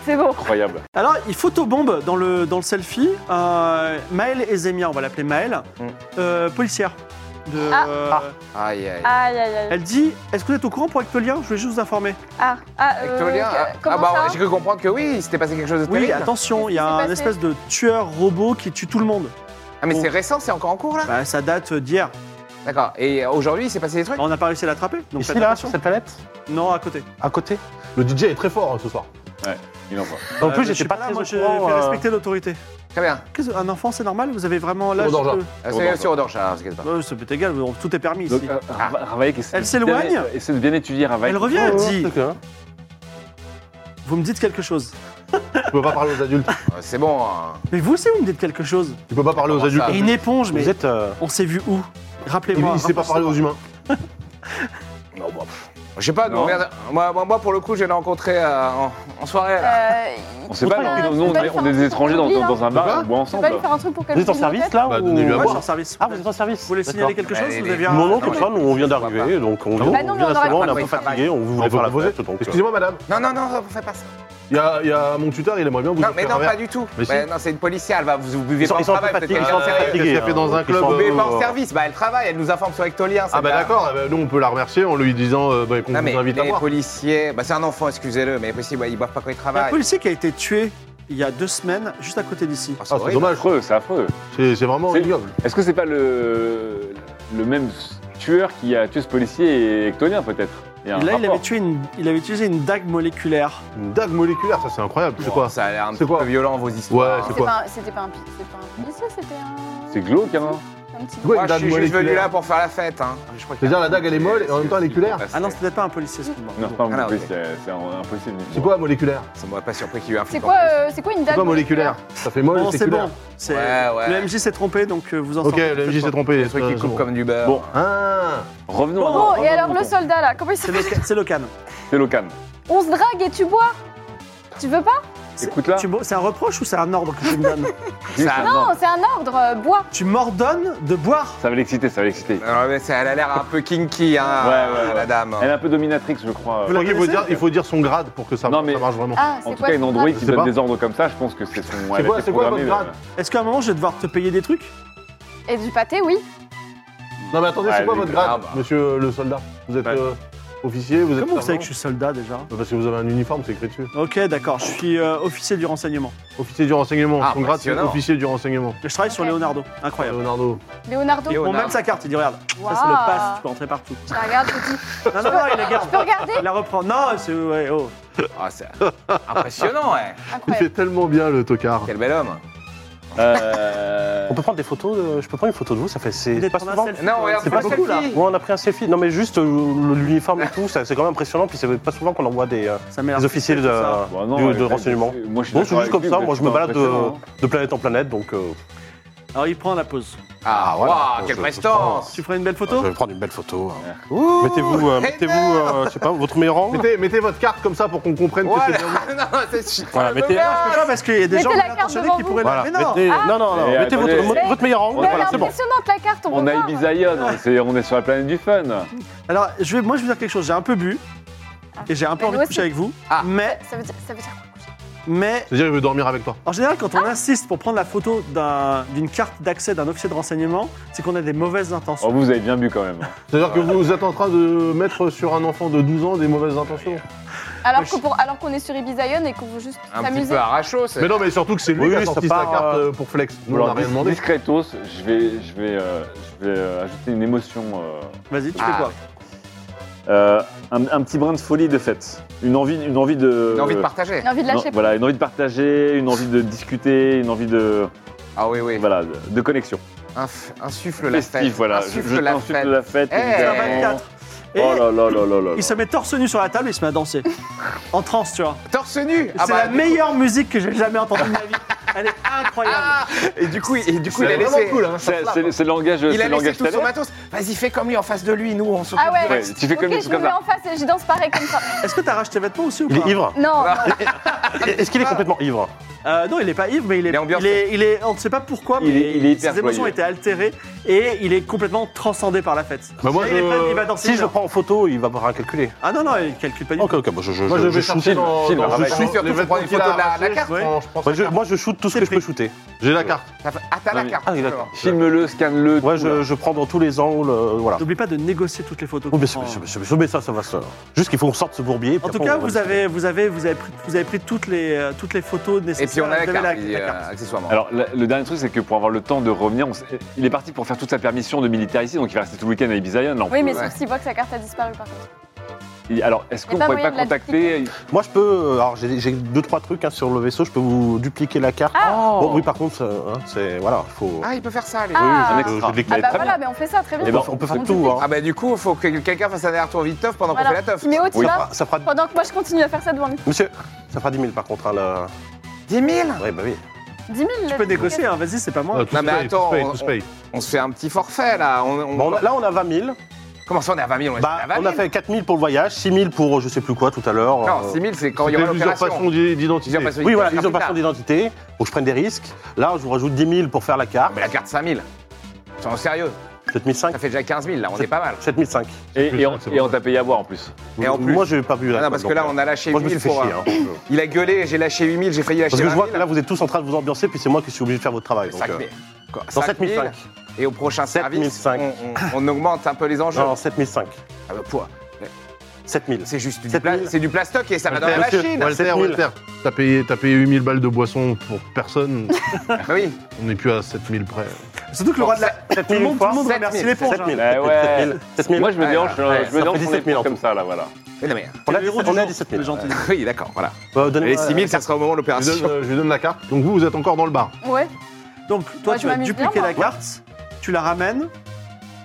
C'est bon. Incroyable. Alors, il photobombe dans le dans le selfie. Euh, Maël et Zemia, on va l'appeler Maël, Mm. euh, policière. de- Ah. euh, Aïe, aïe. Aïe, aïe, aïe. Elle dit Est-ce que vous êtes au courant pour Ectolien Je voulais juste vous informer. Ah, ah, euh, Ectolien, que- ah, comment ah bah ça j'ai cru comprendre que oui, il s'était passé quelque chose de Oui, terrible. attention, il y a Qu'est-ce qui un s'est passé espèce de tueur robot qui tue tout le monde. Ah, mais bon. c'est Oh. récent, c'est encore en cours là Bah, ça date d'hier. D'accord. Et aujourd'hui, il s'est passé des trucs On n'a pas réussi à l'attraper. Donc Ici, faites là, attention. sur cette planète Non, à côté. À côté Le DJ est très fort hein, ce soir. Il envoie. En plus, Euh, je j'étais suis pas là, très moi, au je courant, fais euh, respecter l'autorité. Très bien. Qu'est-ce- Un enfant, c'est normal Vous avez vraiment l'âge Odorja. de- Euh, Odorja. C'est sur Odorja, vous inquiétez pas. Euh, Ça peut être égal, on- tout est permis Donc, ici. euh, Rava- Ravaic essaie Elle de s'éloigne. bien- Essaie de bien étudier Ravaïk. Elle revient, elle Oh. dit Ok, hein. Vous me dites quelque chose. Tu peux pas parler aux adultes. Euh, C'est bon. hein. Mais vous aussi, vous me dites quelque chose. Tu peux pas parler aux Comment adultes. ça Et une éponge, mais Ah, Vous êtes. euh, on s'est vu où Il, Rappelez-moi. il sait pas parler aux humains. bah, Je sais pas, nous, Non. regarde, moi, moi, moi, pour le coup, je l'ai rencontré euh, en, en soirée. là. Euh, On sait pas, Pourquoi non, il- nous, on, pourquoi est- il on est des fait étrangers dans, un dans- dans Pourquoi un bar, on boit tu peux pas ensemble. lui faire un truc pour qu'elle Vous êtes en prenne notre service tête là Bah, ou- donnez-lui à Moi, boire. je suis en service. Ah, vous êtes en service Vous voulez signaler quelque Bah, chose les- Vous les- aviez un- Non, non, Ah, comme ouais. ça, nous on vient d'arriver, Bah, donc on, non, on mais on vient aurait d'arriver, on est pas un peu fait ça. fatigué, on voulait On faire peut la poser. poser. fête. Donc, euh, Excusez-moi madame, Non, non, non, fais pas ça. il y a, il y a mon tuteur, il aimerait bien vous Non, offrir mais un non, verre. pas du tout. Mais si. Ouais, non, c'est une policière, elle va vous, vous buvez Ils sont, pas ils en sont un peu travail, fatigués, ils vous êtes sont un pas peu sérieux. fatigués. Qu'est-ce qu'elle fait dans hein, un ils club, sont- Vous buvez pas en Euh, service, bah elle travaille, elle nous informe sur Ectolien. Ah celle-là. bah d'accord, eh ben, nous on peut la remercier en lui disant euh, bah, qu'on Non mais vous invite à les boire. policiers, bah c'est un enfant, excusez-le, mais possible, ils boivent pas quand ils Il y a un travaillent. policier qui a été tué il y a deux semaines, juste à côté d'ici. Ah, Ah c'est horrible. dommage, Affreux, c'est affreux. c'est c'est vraiment C'est- ignoble. Est-ce que c'est pas le, le même tueur qui a tué ce policier et Ectonien peut-être y a un Et là, il rapport. avait, tué une- il avait utilisé une dague moléculaire. Une dague moléculaire, ça c'est incroyable, c'est Bon, quoi Ça a l'air un C'est petit quoi peu violent vos histoires. Ouais, C'est Quoi pas un- C'était pas un pic, c'était pas un policier, c'était un. C'est glauque, hein un petit- Ouais, Moi, je dague suis juste venu moléculaire. là pour faire la fête. Hein. Je crois qu'il y a C'est-à-dire, un la dague, elle est molle et en même temps, elle est culaire. Ah non, c'était pas un policier, excuse-moi. Non, c'est pas Ah, un non, policier, ok. c'est- c'est un, un policier. du- C'est quoi moléculaire ça m'aurait pas surpris qu'il y ait eu un C'est flic. quoi, en plus. euh, c'est quoi une dague C'est quoi moléculaire Ça fait molle, Bon, c'est c'est culaire. bon. C'est- Ouais, ouais. Le MJ s'est trompé, donc euh, vous en Ok, sortez le MJ peut-être s'est pas. trompé. Le truc ça, qui c'est coupe bon. comme du beurre. Bon. Ah Revenons à Bon, revenons Oh, et au alors le mouton. soldat là, comment il C'est s'appelle le- C'est Locan. C'est Locan. On se drague et tu bois Tu veux pas Écoute là. Tu bo- C'est un reproche ou c'est un ordre que tu me donnes dis, c'est Ça- un non. ordre. Non, c'est un ordre, euh, bois Tu m'ordonnes de boire Ça va l'exciter, ça va l'exciter. Alors, mais ça, elle a l'air un peu kinky, hein, Ouais, ouais, ouais. la dame. Elle est un peu dominatrix, je crois. Je crois qu'il faut connaissez dire- Il faut dire son grade pour que ça Non, mais- ça marche vraiment. Ah, En c'est tout quoi cas, une son androïde drague qui Je sais donne pas. des ordres comme ça, je pense que c'est son. elle a quoi- été c'est quoi votre programmée, grade Est-ce qu'à un moment, je vais devoir te payer des trucs Et du pâté, oui. Non mais attendez, Ah, c'est quoi lui, votre grade, ah, bah. monsieur le soldat Vous êtes Bah. euh, officier, vous êtes... Comment vous savez sergent que je suis soldat déjà Bah, Parce que vous avez un uniforme, c'est écrit dessus. Ok, d'accord, je suis euh, officier du renseignement. Officier du renseignement, Ah, son grade c'est impressionnant. officier du renseignement. Je travaille sur Ok. Leonardo, incroyable. Leonardo. Leonardo, oh, Léo- On Leonardo. même sa carte, il dit regarde, Waouh. ça c'est le pass, tu peux entrer partout. je la regarde, je dis. Non, non, non, il la Je garde. peux regarder Il la reprend. Non, c'est. Ouais, oh. Ah, c'est impressionnant, ouais. Il Incroyable. fait tellement bien le tocard. Quel bel homme. Euh, On peut prendre des photos, euh, je peux prendre une photo de vous, ça fait... Vous C'est êtes pas en un souvent selfie, Non, toi, regarde, c'est c'est pas pas beaucoup là. selfie. Ouais, on a pris un selfie. Non, mais juste euh, l'uniforme et tout, ça, c'est quand même impressionnant. Puis c'est pas souvent qu'on en voit des, euh, Ça met des officiers de, ça. bon, Bah non, du- de mais- renseignement. Moi, je suis Bon, c'est d'accord juste avec comme lui, ça. mais Moi, je c'est me pas balade euh, de, impressionnant, hein. de planète en planète, donc euh, Alors il prend la pause. Ah, waouh, quelle je- prestance. Tu ferais une belle je photo vais prendre une belle photo. hein. Ouh, Mettez-vous, euh, mettez-vous, énorme. euh, je sais pas, votre meilleur rang. Mettez, mettez votre carte comme ça pour qu'on comprenne que Voilà, c'est bien. non, c'est Voilà, mettez- Je sais pas, parce qu'il y a des gens Mettez la bien carte intentionnés devant qui vous. pourraient la. Voilà, Mais non mettez, non, non, non, Mais mettez votre, attendez. votre- votre meilleur rang. Mais elle Voilà, est c'est bon. impressionnante la carte, on On peut a voir. Ibiza Ion, on est- on est sur la planète du fun. Alors, je vais, moi, je vais vous dire quelque chose. J'ai un peu bu Ah. et j'ai un peu Mais envie nous de aussi. coucher avec vous. Ah. Mais, Ça veut dire, ça veut dire quoi coucher mais, C'est-à-dire, il veut dormir avec toi. en général, quand on Ah. insiste pour prendre la photo d'un- d'une carte d'accès d'un officier de renseignement, c'est qu'on a des mauvaises intentions. Oh, vous avez bien bu quand même. C'est-à-dire que vous êtes en train de mettre sur un enfant de 12 ans des mauvaises intentions. Alors que pour- alors qu'on est sur Ibizaïon et qu'on veut juste un petit peu s'amuser. arrachot. Mais non, mais surtout que c'est lui Oui, qui a oui, sorti ça sa part, carte euh, euh, pour flex. Nous, on Alors, n'a rien dis- demandé. discretos, je vais, je vais, euh, je vais euh, ajouter une émotion. euh, Vas-y, tu Ah. fais quoi euh, un, un petit brin de folie de fête. Une envie, une envie de. J'ai envie de partager. J'ai envie de Non, lâcher. voilà, une envie de partager, une envie de discuter, une envie de. Ah oui, oui. Voilà, de, de connexion. Inf- Insuffle la Festif, fête. voilà. Insuffle Je- je la t'insuffle fête. la fête. Eh, C'est un évidemment. 24. Et Oh là là là là là. il se met torse nu sur la table et il se met à danser. en transe, tu vois. Torse nu. Ah c'est la bah, du coup- meilleure musique que j'ai jamais entendue de ma vie. Elle est incroyable. Ah, et du coup, il- et du coup, C'est il a vraiment laissé. cool, hein. C'est c'est- c'est le langage. Il c'est a le laissé langage tout son talent. matos. Vas-y, fais comme lui en face de lui, nous on s'occupe. Ah ouais. Ouais, tu fais comme Ok, des je trucs me comme mets ça. en face et je danse pareil comme ça. Est-ce que t'as racheté tes vêtements aussi ou pas Il est ivre. Non, Ah. non. Est-ce qu'il est complètement ivre Euh, non, il est pas ivre, mais il est, Il est ambiancé. il est, il est- on ne sait pas pourquoi, mais Il est- il est hyper ses émotions joyeux. étaient altérées et il est complètement transcendé par la fête. Bah, moi, il, est je- prêt, il va danser. Si je le prends en photo, il va rien calculer. Ah non, non, il calcule pas du tout. Ok, ok, bon, je, je, Moi, je vais shoot. chercher filme, dans- filme, dans- ah, bah, je je suis prends sûr les que tu vêtements prends une qu'il a photo de la- la arrachés, carte. je prends- je prends Moi sa je, carte. moi, je shoot tout ce C'est que je peux pris. shooter. J'ai la carte. Ça fait- Ah, t'as la Non, carte. Ah, il a- d'accord. Filme-le, scanne-le. Ouais, tout, là. je, je prends dans tous les angles, euh, voilà. N'oublie pas de négocier toutes les photos. Oh, Oui, que bien tu sûr, bien prends. sûr, bien sûr, bien sûr, mais ça, ça va se. Juste qu'il faut qu'on sorte ce bourbier. En puis tout après, cas, on va vous discuter. avez, vous avez, vous avez pris, vous avez pris toutes les, euh, toutes les photos Et nécessaires. puis on a la Vous carte, avez il dit, la euh, carte. accessoirement. Alors, la- le dernier truc, c'est que pour avoir le temps de revenir, on s- il est parti pour faire toute sa permission de militaire ici, donc il va rester tout le week-end à Ibizaïon. Oui, mais Ouais. sauf s'il voit que sa carte a disparu par contre. Il- Alors, est-ce que Y a vous pas pourriez moyen pas de la contacter Moi, je peux. euh, Alors, j'ai j'ai deux, trois trucs hein, sur le vaisseau. Je peux vous dupliquer la carte. Bon, oui, par contre, ça, hein, c'est. Voilà, il faut. Ah, il peut faire ça, lui. Ah. un je- extra je l'ai- Ah bah très voilà, bien. mais on fait ça, très bien. Eh on, ben, peut, on peut on faire tout. Ah Hein. bah du coup, faut que quelqu'un fasse un dernier tour vite teuf pendant qu'on Voilà. fait la teuf. Mais oh, tu Oui. vas. Ça fera. Pendant que moi je continue à faire ça devant lui. Monsieur, ça fera 10 000 par contre. Hein, là. 10 000 Ouais, bah oui. 10 000 Tu peux négocier, hein, vas-y, c'est pas moi. Ah, tout Non, se mais paye, tout se attends, paye, on- tout se paye. On se fait un petit forfait, là. On, on- Bon, on a- là, on a 20 000. Comment ça, on est à 20 000 On est Bah, à 20 on a 000. fait 4 000 pour le voyage, 6 000 pour euh, je sais plus quoi tout à l'heure. Non, Euh, 6 000, c'est quand il y aura C'était l'opération. l'usurpation d'i- d'identité. Usurpation Oui, voilà, d'identité. usurpation d'identité. Faut que je prenne des risques. Là, je vous rajoute 10 000 pour faire la Ah, carte. Mais la carte 5 000. Soyons sérieux, 7 500. ça fait déjà 15 000, là, on C'est- est pas mal. 7 500. Et, plus et on, ça, c'est et bon. on t'a payé à boire en plus. Et en plus- Moi, j'ai pas vu. Ah la non, carte, parce que donc, là, euh, on a lâché Moi, je 1 me 000 suis fait pour. chier. euh, hein. Il a gueulé, j'ai lâché 8 000, j'ai failli lâcher Parce que je 20 vois 000. que là, vous êtes tous en train de vous ambiancer, puis c'est moi qui suis obligé de faire votre travail. Donc, 5 euh, 000. Quoi, dans 5 7 000, 500. Et au prochain 7 service, on, 500. on- on augmente un peu les enjeux. Non, 7 500. Ah bah, quoi 7 000. C'est juste du, 7 000. pla- c'est du plastoc et ça va dans Walter, la monsieur, machine. ouais. Walter, 7 000. Walter, t'as payé, t'as payé 8000 balles de boissons pour personne. Bah oui. on n'est plus à 7000 près. Surtout que le roi de la. Tout le monde, tout le monde remercie 7 000, l'éponge. 7 000. hein. Eh ouais. 7 000. 7 000. Moi, je me Ouais, dérange, ouais, je, ouais, je ça me fait dérange qu'on 17 000 ait en comme tout. ça, là, voilà. Mais non, mais. On a, Le héros du on a jour, 17 000. les gentils. Oui, d'accord, voilà. Euh, donnez-moi, Et 6 000, ça sera au moment Je de lui, l'opération. donne, euh, je lui donne la carte. Donc vous, vous êtes encore dans le bar. Ouais. hein. Donc, toi, Ouais, tu je vas m'amuse bien, dupliquer moi. la carte, tu la ramènes,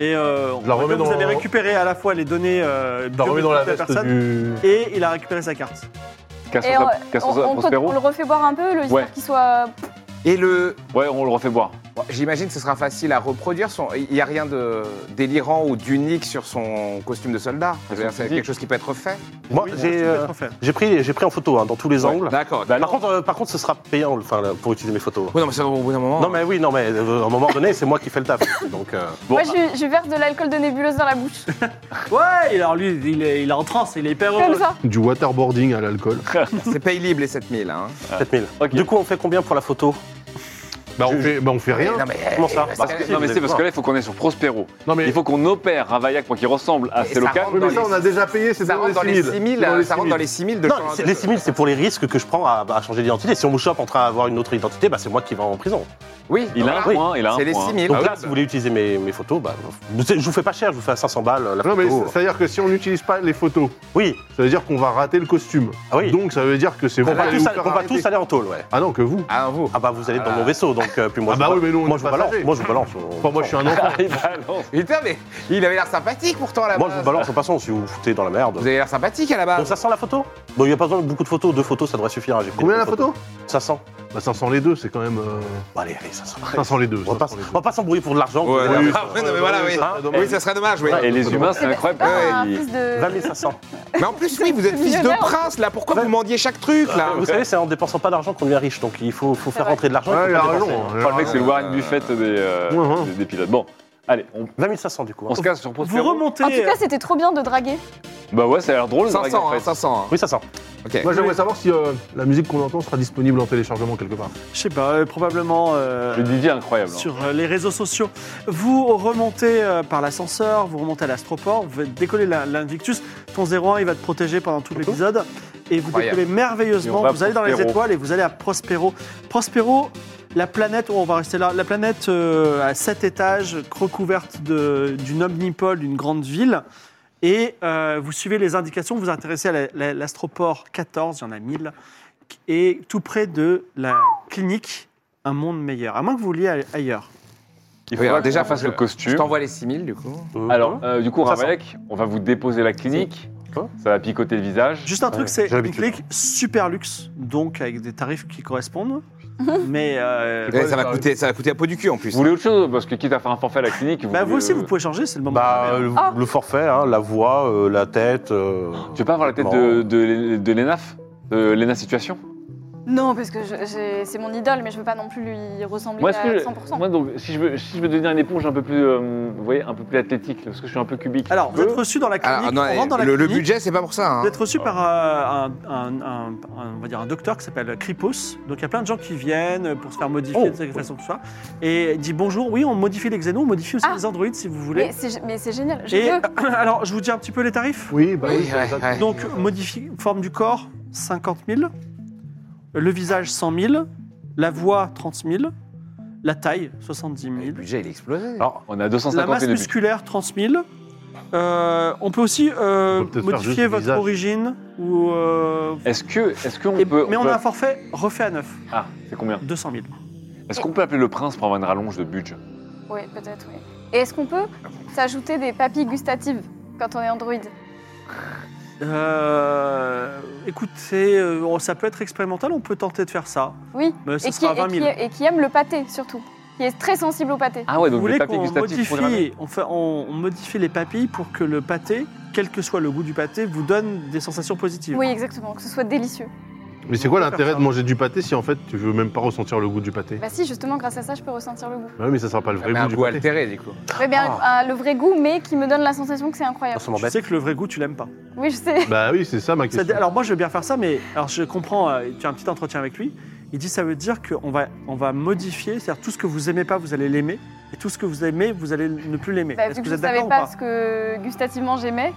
et euh, on la va remets dire que vous dans- avez récupéré à la fois les données euh, Je la remets dans la biométriques de la veste personne, du. et il a récupéré sa carte. Cassons Et on, ça, cassons ça, on- on- Prospero. on le refait boire un peu, le Ouais. histoire qu'il soit. Et le. Ouais, on le refait boire. Bon, J'imagine que ce sera facile à reproduire. Son... Il n'y a rien de délirant ou d'unique sur son costume de soldat. Son C'est-à-dire, C'est physique. quelque chose qui peut être refait. Moi, Oui, ça peut j'ai, euh, être fait. j'ai pris, j'ai pris en photo hein, dans tous les angles. D'accord. Bah, Par non. contre, euh, par contre, ce sera payant enfin, là, pour utiliser mes photos. Oui, non, mais c'est au bout d'un moment. Non, mais oui, non, mais euh, à un moment donné, c'est moi qui fais le taf. Donc, euh, Bon, Moi je, lui- je lui verse de l'alcool de nébuleuse dans la bouche. Ouais, et alors lui, il est, il est en transe, il est hyper Comme heureux. ça. Du waterboarding à l'alcool. C'est paye libre les 7000. Hein. 7 000. Ok. Du coup, on fait combien pour la photo Bah on fait, bah, on fait rien. Mais Non, mais. Comment ça parce Parce que- que- Non, mais vous c'est allez parce voir. que là, il faut qu'on est sur Prospero. Non mais. Il faut qu'on opère un Vaillac pour qu'il ressemble à Et ses ça locales. rentre Oui, dans mais ça, les- on a déjà payé, c'est Ça dans rentre les dans les 6 000. 6000. Dans les Ça rentre 6000. dans les 6000 de Non, change- c'est- les 6 000, c'est pour les risques que je prends à, à changer d'identité. Si on me chope en train d'avoir une autre identité, bah, c'est moi qui vais en prison. Oui, Il a un voilà. point, il a un C'est les point. 6000. Donc Ah là, oui, bah. si vous voulez utiliser mes, mes photos, bah, vous- je vous fais pas cher, je vous fais à 500 balles euh, la Non mais photo. c'est- c'est-à-dire que si on n'utilise pas les photos, Oui, ça veut dire qu'on va rater le costume. Ah oui. Donc ça veut dire que c'est on vous va, allez tous, vous aller- faire on va arrêter. tous aller en tôle, ouais. Ah non, que vous. Ah, vous. Ah bah vous allez dans mon vaisseau, donc euh, puis Ah moi je bah vous- oui, mais nous, on moi est je vous balance, passagers. moi je vous balance. bah, Enfin, moi je suis un enfant. Il balance. Putain, mais il avait l'air sympathique pourtant là-bas. Moi je vous balance en passant si vous vous foutez dans la merde. Vous avez l'air sympathique à la base. Donc ça sent la photo Bon, il n'y a pas besoin de beaucoup de photos, deux photos ça devrait suffire. hein, j'ai pris Combien des la photo photos. 500. Bah 500 les deux, c'est quand même. euh, Bon, allez, allez, 500. 500 les deux. On va pas 500 les deux. on va pas s'embrouiller pour de l'argent. Ouais, pour- non, oui, mais- ça ah, serait oui, non, mais voilà, oui. dommage, ça serait dommage. Oui, ça serait dommage, oui. Ah, Et les humains, c'est C'est pas- c'est pas Ah, un incroyable. Ah, fils de. 20 500. Mais en plus, oui, vous êtes fils de Millionnaire. prince, là. Pourquoi vous mendiez chaque truc, là Ah, Vous savez, c'est en dépensant pas d'argent qu'on devient riche, donc il faut, faut faire vrai. rentrer de l'argent. Ouais, il il faut a pas dépenser. raison. Je crois que le mec, c'est le loin. Warren Buffett des, euh, Ouais, ouais. des- des pilotes. Bon, allez, on, 20 500 du coup. hein. on se casse sur Vous Prospero. remontez. euh, En tout cas, c'était trop bien de draguer. Bah ouais, ça a l'air drôle, le Vaillac, 500, en hein, fait. 500. hein. Oui, 500. Ok. Moi j'aimerais savoir si euh, la musique qu'on entend sera disponible en téléchargement quelque part. Je sais pas, euh, probablement euh, Le DJ est incroyable. hein. sur euh, les réseaux sociaux. Vous remontez euh, par l'ascenseur, vous remontez à l'astroport, vous décollez la- l'Invictus. Ton 01, il va te protéger pendant tout l'épisode. Et vous Incroyable. décollez Et on merveilleusement. va à Vous allez dans les Prospero. étoiles et vous allez à Prospero. Prospero, la planète, oh, on va rester là, la planète euh, à 7 étages, recouverte de- d'une omnipole, d'une grande ville. Et euh, vous suivez les indications, vous vous intéressez à la- la- l'astroport 14, il y en a 1000, et tout près de la clinique Un Monde Meilleur, à moins que vous vouliez aller ailleurs. Il Oui, faudra alors déjà, déjà fasse faut que le Je costume. t'envoie les 6000, du coup. Alors, euh, du coup, Ça sent. Ravaillac, on va vous déposer la clinique. Quoi Ça va picoter le visage. Juste un truc, Ouais, c'est j'ai une l'habitude. clinique super luxe, donc avec des tarifs qui correspondent, mais euh, quoi, Eh, Ça va ça coûter ça va coûter à peau du cul, en plus. Vous voulez autre chose Parce que quitte à faire un forfait à la clinique, vous bah, vous voulez- euh, aussi, vous pouvez changer, c'est le moment. Bah, euh, de le faire. le, Ah. le forfait, hein, la voix, euh, la tête. euh, Tu veux pas avoir la tête de, de, de l'ENAF De l'ENA Situation Non, parce que je- j'ai- c'est mon idole, mais je veux pas non plus lui ressembler Moi, à est-ce que 100%. je, moi donc, si je veux, si je veux devenir une éponge un peu plus, euh, vous voyez, un peu plus athlétique, parce que je suis un peu cubique. Alors, vous je peux- êtes reçu dans la clinique, Ah, non, on rentre dans la le, le clinique. Ah, budget, c'est pas pour ça. hein. Vous êtes reçu par euh, un, un- un- un- on va dire un docteur qui s'appelle Kripos. Donc il y a plein de gens qui viennent pour se faire modifier Oh. de cette façon que ce soit. Et il dit bonjour, oui, on modifie les xénos, on modifie aussi Ah. les androïdes si vous voulez. Mais c'est mais c'est génial, je Et veux. alors je vous dis un petit peu les tarifs. Oui, bah Oui, oui. ouais, ça- ouais. Donc modifi- forme du corps 50 000, le visage 100 000, la voix 30 000, la taille 70 000, Le budget, il est explosé. Alors, on a la 250 masse et le but. musculaire 30 000, Euh, on peut aussi euh, On peut peut-être faire juste modifier le votre visage. origine ou. euh, Est-ce que, est-ce qu'on et- peut, mais on peut- a un forfait refait à neuf, ah, c'est combien 200 000. Est-ce qu'on peut appeler le prince pour avoir une rallonge de budget Oui, peut-être, oui. Et est-ce qu'on peut s'ajouter des papilles gustatives quand on est androïde Euh, écoutez, euh, ça peut être expérimental, on peut tenter de faire ça. Oui. Mais ce et, qui, sera et 20 qui- 000. et qui aime le pâté, surtout. Qui est très sensible au pâté. Ah ouais, Vous donc voulez les papiers qu'on gustatifs pour les rallonges. modifie, on, fait- on- on modifie les papilles pour que le pâté, quel que soit le goût du pâté, vous donne des sensations positives. Oui, exactement, que ce soit délicieux. Mais c'est quoi On peut faire l'intérêt ça. de manger du pâté si en fait tu veux même pas ressentir le goût du pâté Bah si, justement, grâce à ça, je peux ressentir le goût. Bah oui, mais ça sera pas le vrai Ah, Mais goût un du goût pâté. altéré, du coup. Ah. Oui, bien, un- le vrai goût, mais qui me donne la sensation que c'est incroyable. oh, Ça Tu m'embête. sais que le vrai goût, tu l'aimes pas. Oui, je sais. Bah oui, c'est ça ma Ça- question. alors moi, je veux bien faire ça, mais alors je comprends. euh, tu as un petit entretien avec lui. Il dit ça veut dire qu'on va, on va modifier, c'est-à-dire tout ce que vous aimez pas, vous allez l'aimer, et tout ce que vous aimez, vous allez ne plus l'aimer. Bah, Est-ce vu que vous que je êtes ne savais d'accord ou pas, pas ce que gustativement j'aimais,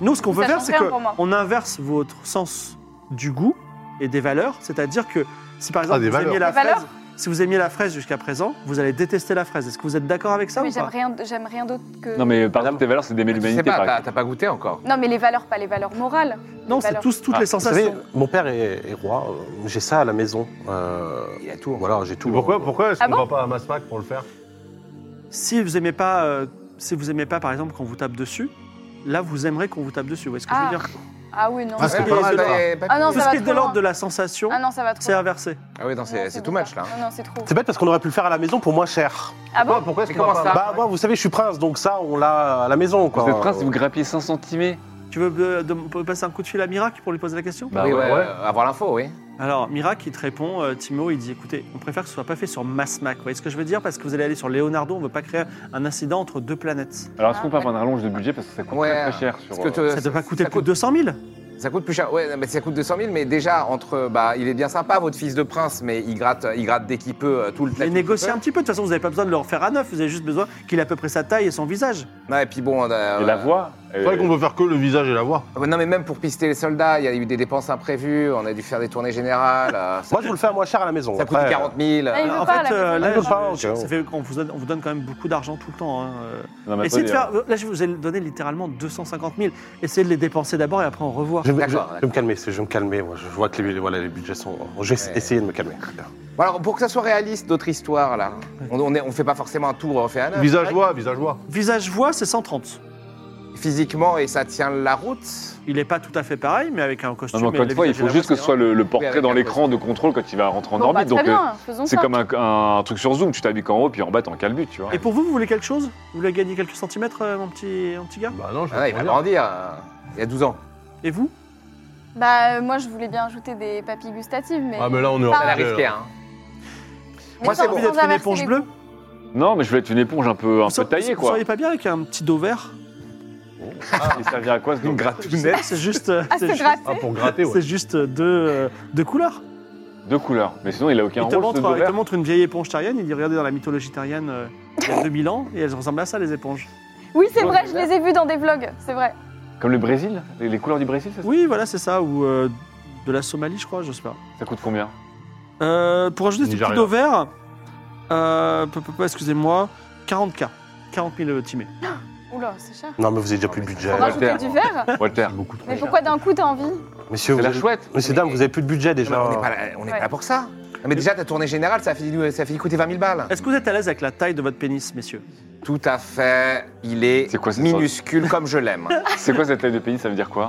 Nous, ce qu'on ça veut faire, change c'est rien hein, pour moi. qu'on inverse votre sens du goût et des valeurs, c'est-à-dire que si par exemple des vous aimiez valeurs. la Des valeurs fraise, si vous aimiez la fraise jusqu'à présent, vous allez détester la fraise. Est-ce que vous êtes d'accord avec ça mais ou j'aime pas rien, j'aime rien d'autre que... Non, mais par exemple, Madame. tes valeurs, c'est d'aimer Tu sais l'humanité, par pas, t'as- exemple. t'as pas goûté encore. Non, mais les valeurs, pas les valeurs morales. Non, les c'est valeurs. tous- toutes Ah, les Vous savez, sensations. mon père est, est roi, euh, j'ai ça à la maison. Euh, Il a tout. voilà, j'ai tout. Pourquoi, hein. pourquoi est-ce Ah qu'on bon va pas à Masmac pour le faire Si vous aimez pas, euh, si vous aimez pas par exemple qu'on vous tape dessus, là vous aimerez qu'on vous tape dessus. Vous voyez ce que Ah, je veux dire Ah oui, non. Ah, c'est Ouais, pas mais mal, dans ça. les papiers- Ah non, Tout ça ce va qui est de trop l'ordre loin. de la sensation, Ah non, ça va trop. c'est inversé. Ah oui, non, c'est c'est tout match, match là. hein. Non, non, c'est trop. C'est bête parce qu'on aurait pu le faire à la maison pour moins cher. Ah bon Pourquoi est-ce Mais qu'on va comment pas ça Bah moi, vous savez, je suis prince, donc ça, on l'a à la maison, quoi. Vous êtes prince, vous grappillez 5 centimes. Tu veux euh, de- de- passer un coup de fil à Mirac pour lui poser la question Bah oui, ouais. ouais, ouais. euh, avoir l'info, oui. Alors, Mirac, il te répond, euh, Timo, il dit écoutez, on préfère que ce soit pas fait sur Masmac. Vous voyez ce que je veux dire Parce que vous allez aller sur Leonardo, on veut pas créer un incident entre deux planètes. Alors, est-ce qu'on peut avoir une rallonge de budget parce que ça coûte Ouais. très très cher sur. Parce que te- ça ne doit pas coûter ça plus de coûte, 200 000 ça coûte plus cher. Ouais, non, mais ça coûte 200 000, mais déjà, entre. Bah, il est bien sympa, votre fils de prince, mais il gratte, il gratte dès qu'il peut euh, tout le Et plateau. négocier un petit peu. De toute façon, vous n'avez pas besoin de le refaire à neuf. Vous avez juste besoin qu'il ait à peu près sa taille et son visage. Non, et puis bon. euh, Et la voix C'est vrai qu'on peut faire que le visage et la voix. euh, Non, mais même pour pister les soldats, il y a eu des dépenses imprévues, on a dû faire des tournées générales. euh, ça Moi, je vous le fais à moins cher à la maison. ça coûte Après, 40 000. Ah, il euh, veut en pas, fait, la euh, maison, là, il veut pas, je- ok. ça fait qu'on vous donne, on vous donne quand même beaucoup d'argent tout le temps. hein. Euh, Non, mais Essayez de attendez, faire. Là, je vous ai donné littéralement 250 000. Essayez de les dépenser d'abord et après on revoit. euh, Je vais, je- D'accord, je vais me calmer, je vais me calmer. moi. Je vois que les, voilà, les budgets sont. Je vais Ouais. essayer de me calmer. Bon, alors, pour que ça soit réaliste, d'autres histoires, là. On, on, est- on fait pas forcément un tour refait à neuf. Visage voix, visage voix. Visage voix, c'est 130. Physiquement, et ça tient la route. Il n'est pas tout à fait pareil, mais avec un Non, costume. mais encore et une fois, il les faut visages et juste que la ce voix, soit le, le portrait avec dans la l'écran de contrôle quand il va rentrer en Bon, bah, orbite. très donc, euh, bien, faisons c'est ça. comme un, un- un truc sur Zoom, tu t'habilles qu'en haut, puis en bas, t'es en calbut, tu vois. c'est- Et pour vous, vous voulez quelque chose Vous voulez gagner quelques centimètres, euh, mon petit, mon petit gars Bah non, je Ah, non, il va comprends bien. grandir. euh, Il y a 12 ans. Et vous Bah, euh, moi, je voulais bien ajouter des papilles gustatives, mais. bah, Ah mais là on est en Ça l'a euh, risqué, hein. mais moi, sans- c'est Vous bon. envie sans d'être une inverser éponge les bleue goûts. Non, mais je vais être une éponge un peu, un Vous peu ser- taillée, Vous quoi. seriez pas bien avec un petit dos vert Il servira à quoi ce nom gratounette. C'est juste, euh, Ah, c'est c'est juste- Ah gratté. pour gratter, ouais. c'est juste deux, euh, deux couleurs. Deux couleurs. Mais sinon, il a aucun Il te, rôle, ce montre, dos il te vert. montre une vieille éponge terrienne. Il dit Regardez dans la mythologie terrienne, euh, il y a 2000 ans, et elles ressemblent à ça, les éponges. Oui, c'est Jaune vrai, et je vert. les ai vus dans des vlogs, c'est vrai. Comme le Brésil les, les couleurs du Brésil, c'est ça Oui, voilà, c'est ça. Ou euh, de la Somalie, je crois, je sais pas. Ça coûte combien Euh, pour ajouter ce petit Nigeria. dos vert, euh, peu- peu- peu, excusez-moi, 40K. 40 000 timés. Oula, c'est cher. Non, mais vous avez déjà plus de budget. Pour Ouais. rajouter du verre Walter. Beaucoup trop. Mais pourquoi d'un coup t'as envie Messieurs, C'est vous la avez- chouette. Messieurs, dames, vous avez plus de budget Non, mais déjà. on n'est pas, là, on est pas Ouais. là pour ça. Non, mais déjà, ta tournée générale, ça a fini, ça a fini coûter 20 000 balles. Est-ce que vous êtes à l'aise avec la taille de votre pénis, messieurs Tout à fait. Il est, C'est quoi cette minuscule comme je l'aime. C'est quoi cette taille de pays Ça veut dire quoi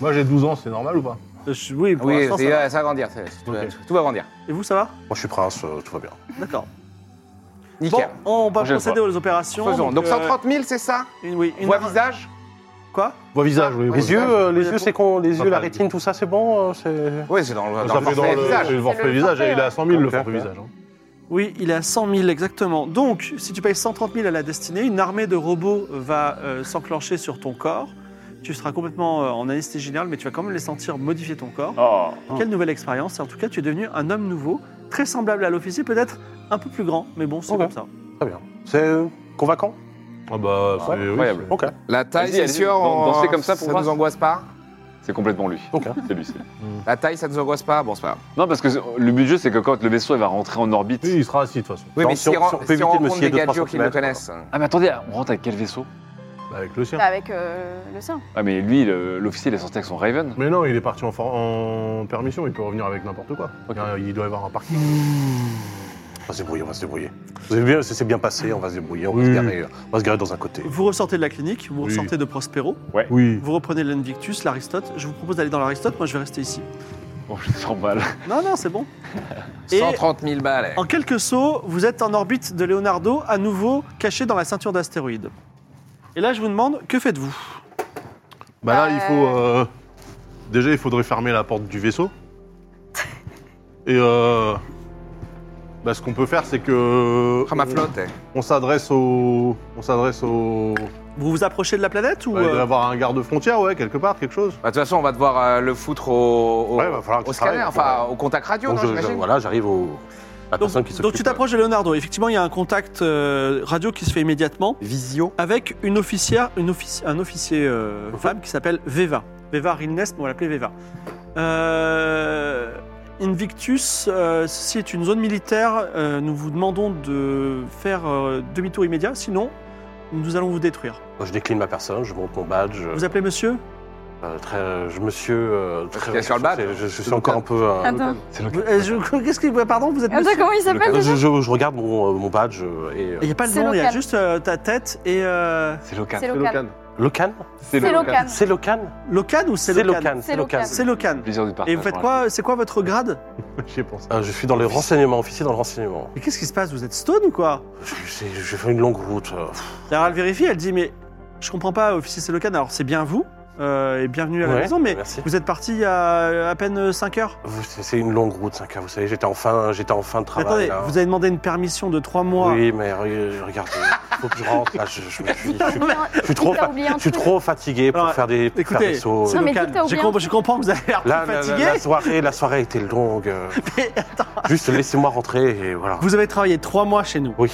Moi j'ai 12 ans, c'est normal ou pas Euh, je- Oui, pour oui, l'instant, c'est- ça va. ouais, ça va grandir. c'est- Tout, va- Ok. tout va grandir. Et vous, ça va Moi, je suis prince, euh, tout va bien. D'accord. Bon, Nickel. on va Prochaine procéder aux opérations. Faisons. Donc euh, 130 000, c'est ça une- oui, une Voix visage Quoi Voix visage, oui. Les oui. yeux, euh, les Vous yeux, êtes c'est con. Les Pas yeux, la mal. rétine, tout ça, c'est bon. euh, c'est- Oui, c'est dans le, dans Ça le fait dans forfait le visage. c'est le C'est forfait le visage, forfait, il est à 100 000 le Ok, forfait ok. visage. hein. Oui, il est à 100 000 exactement. Donc, si tu payes 130 000 à la destinée, une armée de robots va euh, s'enclencher sur ton corps. Tu seras complètement euh, en anesthésie générale, mais tu vas quand même les sentir modifier ton corps. Oh Ah. Quelle nouvelle expérience En tout cas, tu es devenu un homme nouveau, très semblable à l'officier, peut-être un peu plus grand, mais bon, c'est Ok. comme ça. Très bien. C'est euh, convaincant Ah bah, Ah, c'est- oui, incroyable. c'est- Ok. La taille, Vas-y, c'est allez-y, sûr. dan- on- dansez comme ça pour Ça voir. nous angoisse pas C'est complètement lui. Ok. C'est lui, c'est lui. La taille, ça nous angoisse pas Bon, c'est pas grave. Non, parce que le budget, c'est que quand le vaisseau il va rentrer en orbite. Oui, il sera assis de toute façon. Oui, Non, mais si si on- on si on peut si éviter de on me rencontre scier des de gars 3 durs qui le centimètres, connaissent. Ah, mais attendez, on rentre avec quel vaisseau Bah, Avec le sien. Bah, avec euh, le sien. Ah, mais lui, le- l'officier, il est sorti avec son Raven. Mais non, il est parti en, for- en permission, il peut revenir avec n'importe quoi. Il Ok. y a- Il doit y avoir un parking. On va se débrouiller, on va se débrouiller. C'est bien, c'est- c'est bien passé, on va se débrouiller, on, va se Oui. garer, on va se garer dans un côté. Vous ressortez de la clinique, vous Oui. ressortez de Prospero, Oui. vous reprenez l'Invictus, l'Aristote. Je vous propose d'aller dans l'Aristote, moi je vais rester ici. Bon, Oh, je le sens mal. Non, non, c'est bon. Et 130 000 balles. eh. en quelques sauts, vous êtes en orbite de Leonardo, à nouveau caché dans la ceinture d'astéroïdes. Et là, je vous demande, que faites-vous Bah là, il Euh. faut. euh, Déjà, il faudrait fermer la porte du vaisseau. Et euh, bah, ce qu'on peut faire, c'est que. Ah, ma flotte. eh. On s'adresse au. On s'adresse au. Vous vous approchez de la planète ou Bah, il doit y euh, avoir un garde frontière, ouais, quelque part, quelque chose. Bah, De toute façon, on va devoir euh, le foutre au, au, Ouais, bah, va falloir que au tu scanner, travailles. hein, enfin au contact radio, Donc, non, je- je- j'imagine voilà, j'arrive au. La donc, personne qui s'occupe. donc tu t'approches de Leonardo. Effectivement, il y a un contact euh, radio qui se fait immédiatement Visio. avec une officière, une offici- un officier euh, femme qui s'appelle Veva. Veva Rilnes, mais on va l'appeler Veva. Euh, Invictus, euh, ceci est une zone militaire. euh, nous vous demandons de faire euh, demi-tour immédiat, sinon nous allons vous détruire. Moi, euh, Je décline ma personne, je monte mon badge. Vous appelez monsieur euh, très, euh, je, monsieur. euh, très, qu'il y a sur le badge Je, je- je suis encore un peu. euh, Attends. C'est le Vous- euh, je- Qu'est-ce que pardon Vous êtes Attends, monsieur Ah, comment il s'appelle je, déjà je- je regarde mon, euh, mon badge euh, et. Il euh, n'y a pas le C'est nom, il y a local. juste euh, ta tête et euh, C'est local. C'est local. Locan C'est C'est local. C'est Locan Locan ou c'est C'est Locan Ah, Locan, C'est c'est Locan. Locan. C'est Locan. Plaisir du partage. Et vous faites quoi C'est quoi votre grade J'y ai pensé. Euh, je suis dans les renseignements, officier dans le renseignement. Mais qu'est-ce qui se passe Vous êtes stone ou quoi Je- J'ai j'ai fait une longue route. euh, Alors elle vérifie, elle dit mais je comprends pas, officier Selokan, alors c'est bien vous euh, et bienvenue à la Ouais, maison, mais Merci. vous êtes parti il y a à peine 5 heures. Vous- C'est c'est une longue route, 5 heures. Vous savez, j'étais en fin, j'étais en fin de Mais travail. attendez, là. vous avez demandé une permission de 3 mois. Ah bah Oui, mais re- regardez, faut que je rentre. Là, je, je- je- je- je- je- Non, je suis trop, T'as fa- oublié un je suis truc. trop fatigué pour Alors, faire des, pour faire Écoutez, des sauts. c'est Non, mais Locan. dites-le au J'ai bien. com- je comprends que vous avez l'air euh, Là, très la, la- fatigué. la soirée, la soirée était longue. euh, mais attends, Juste laissez-moi rentrer et voilà. vous avez travaillé 3 mois chez nous. Oui,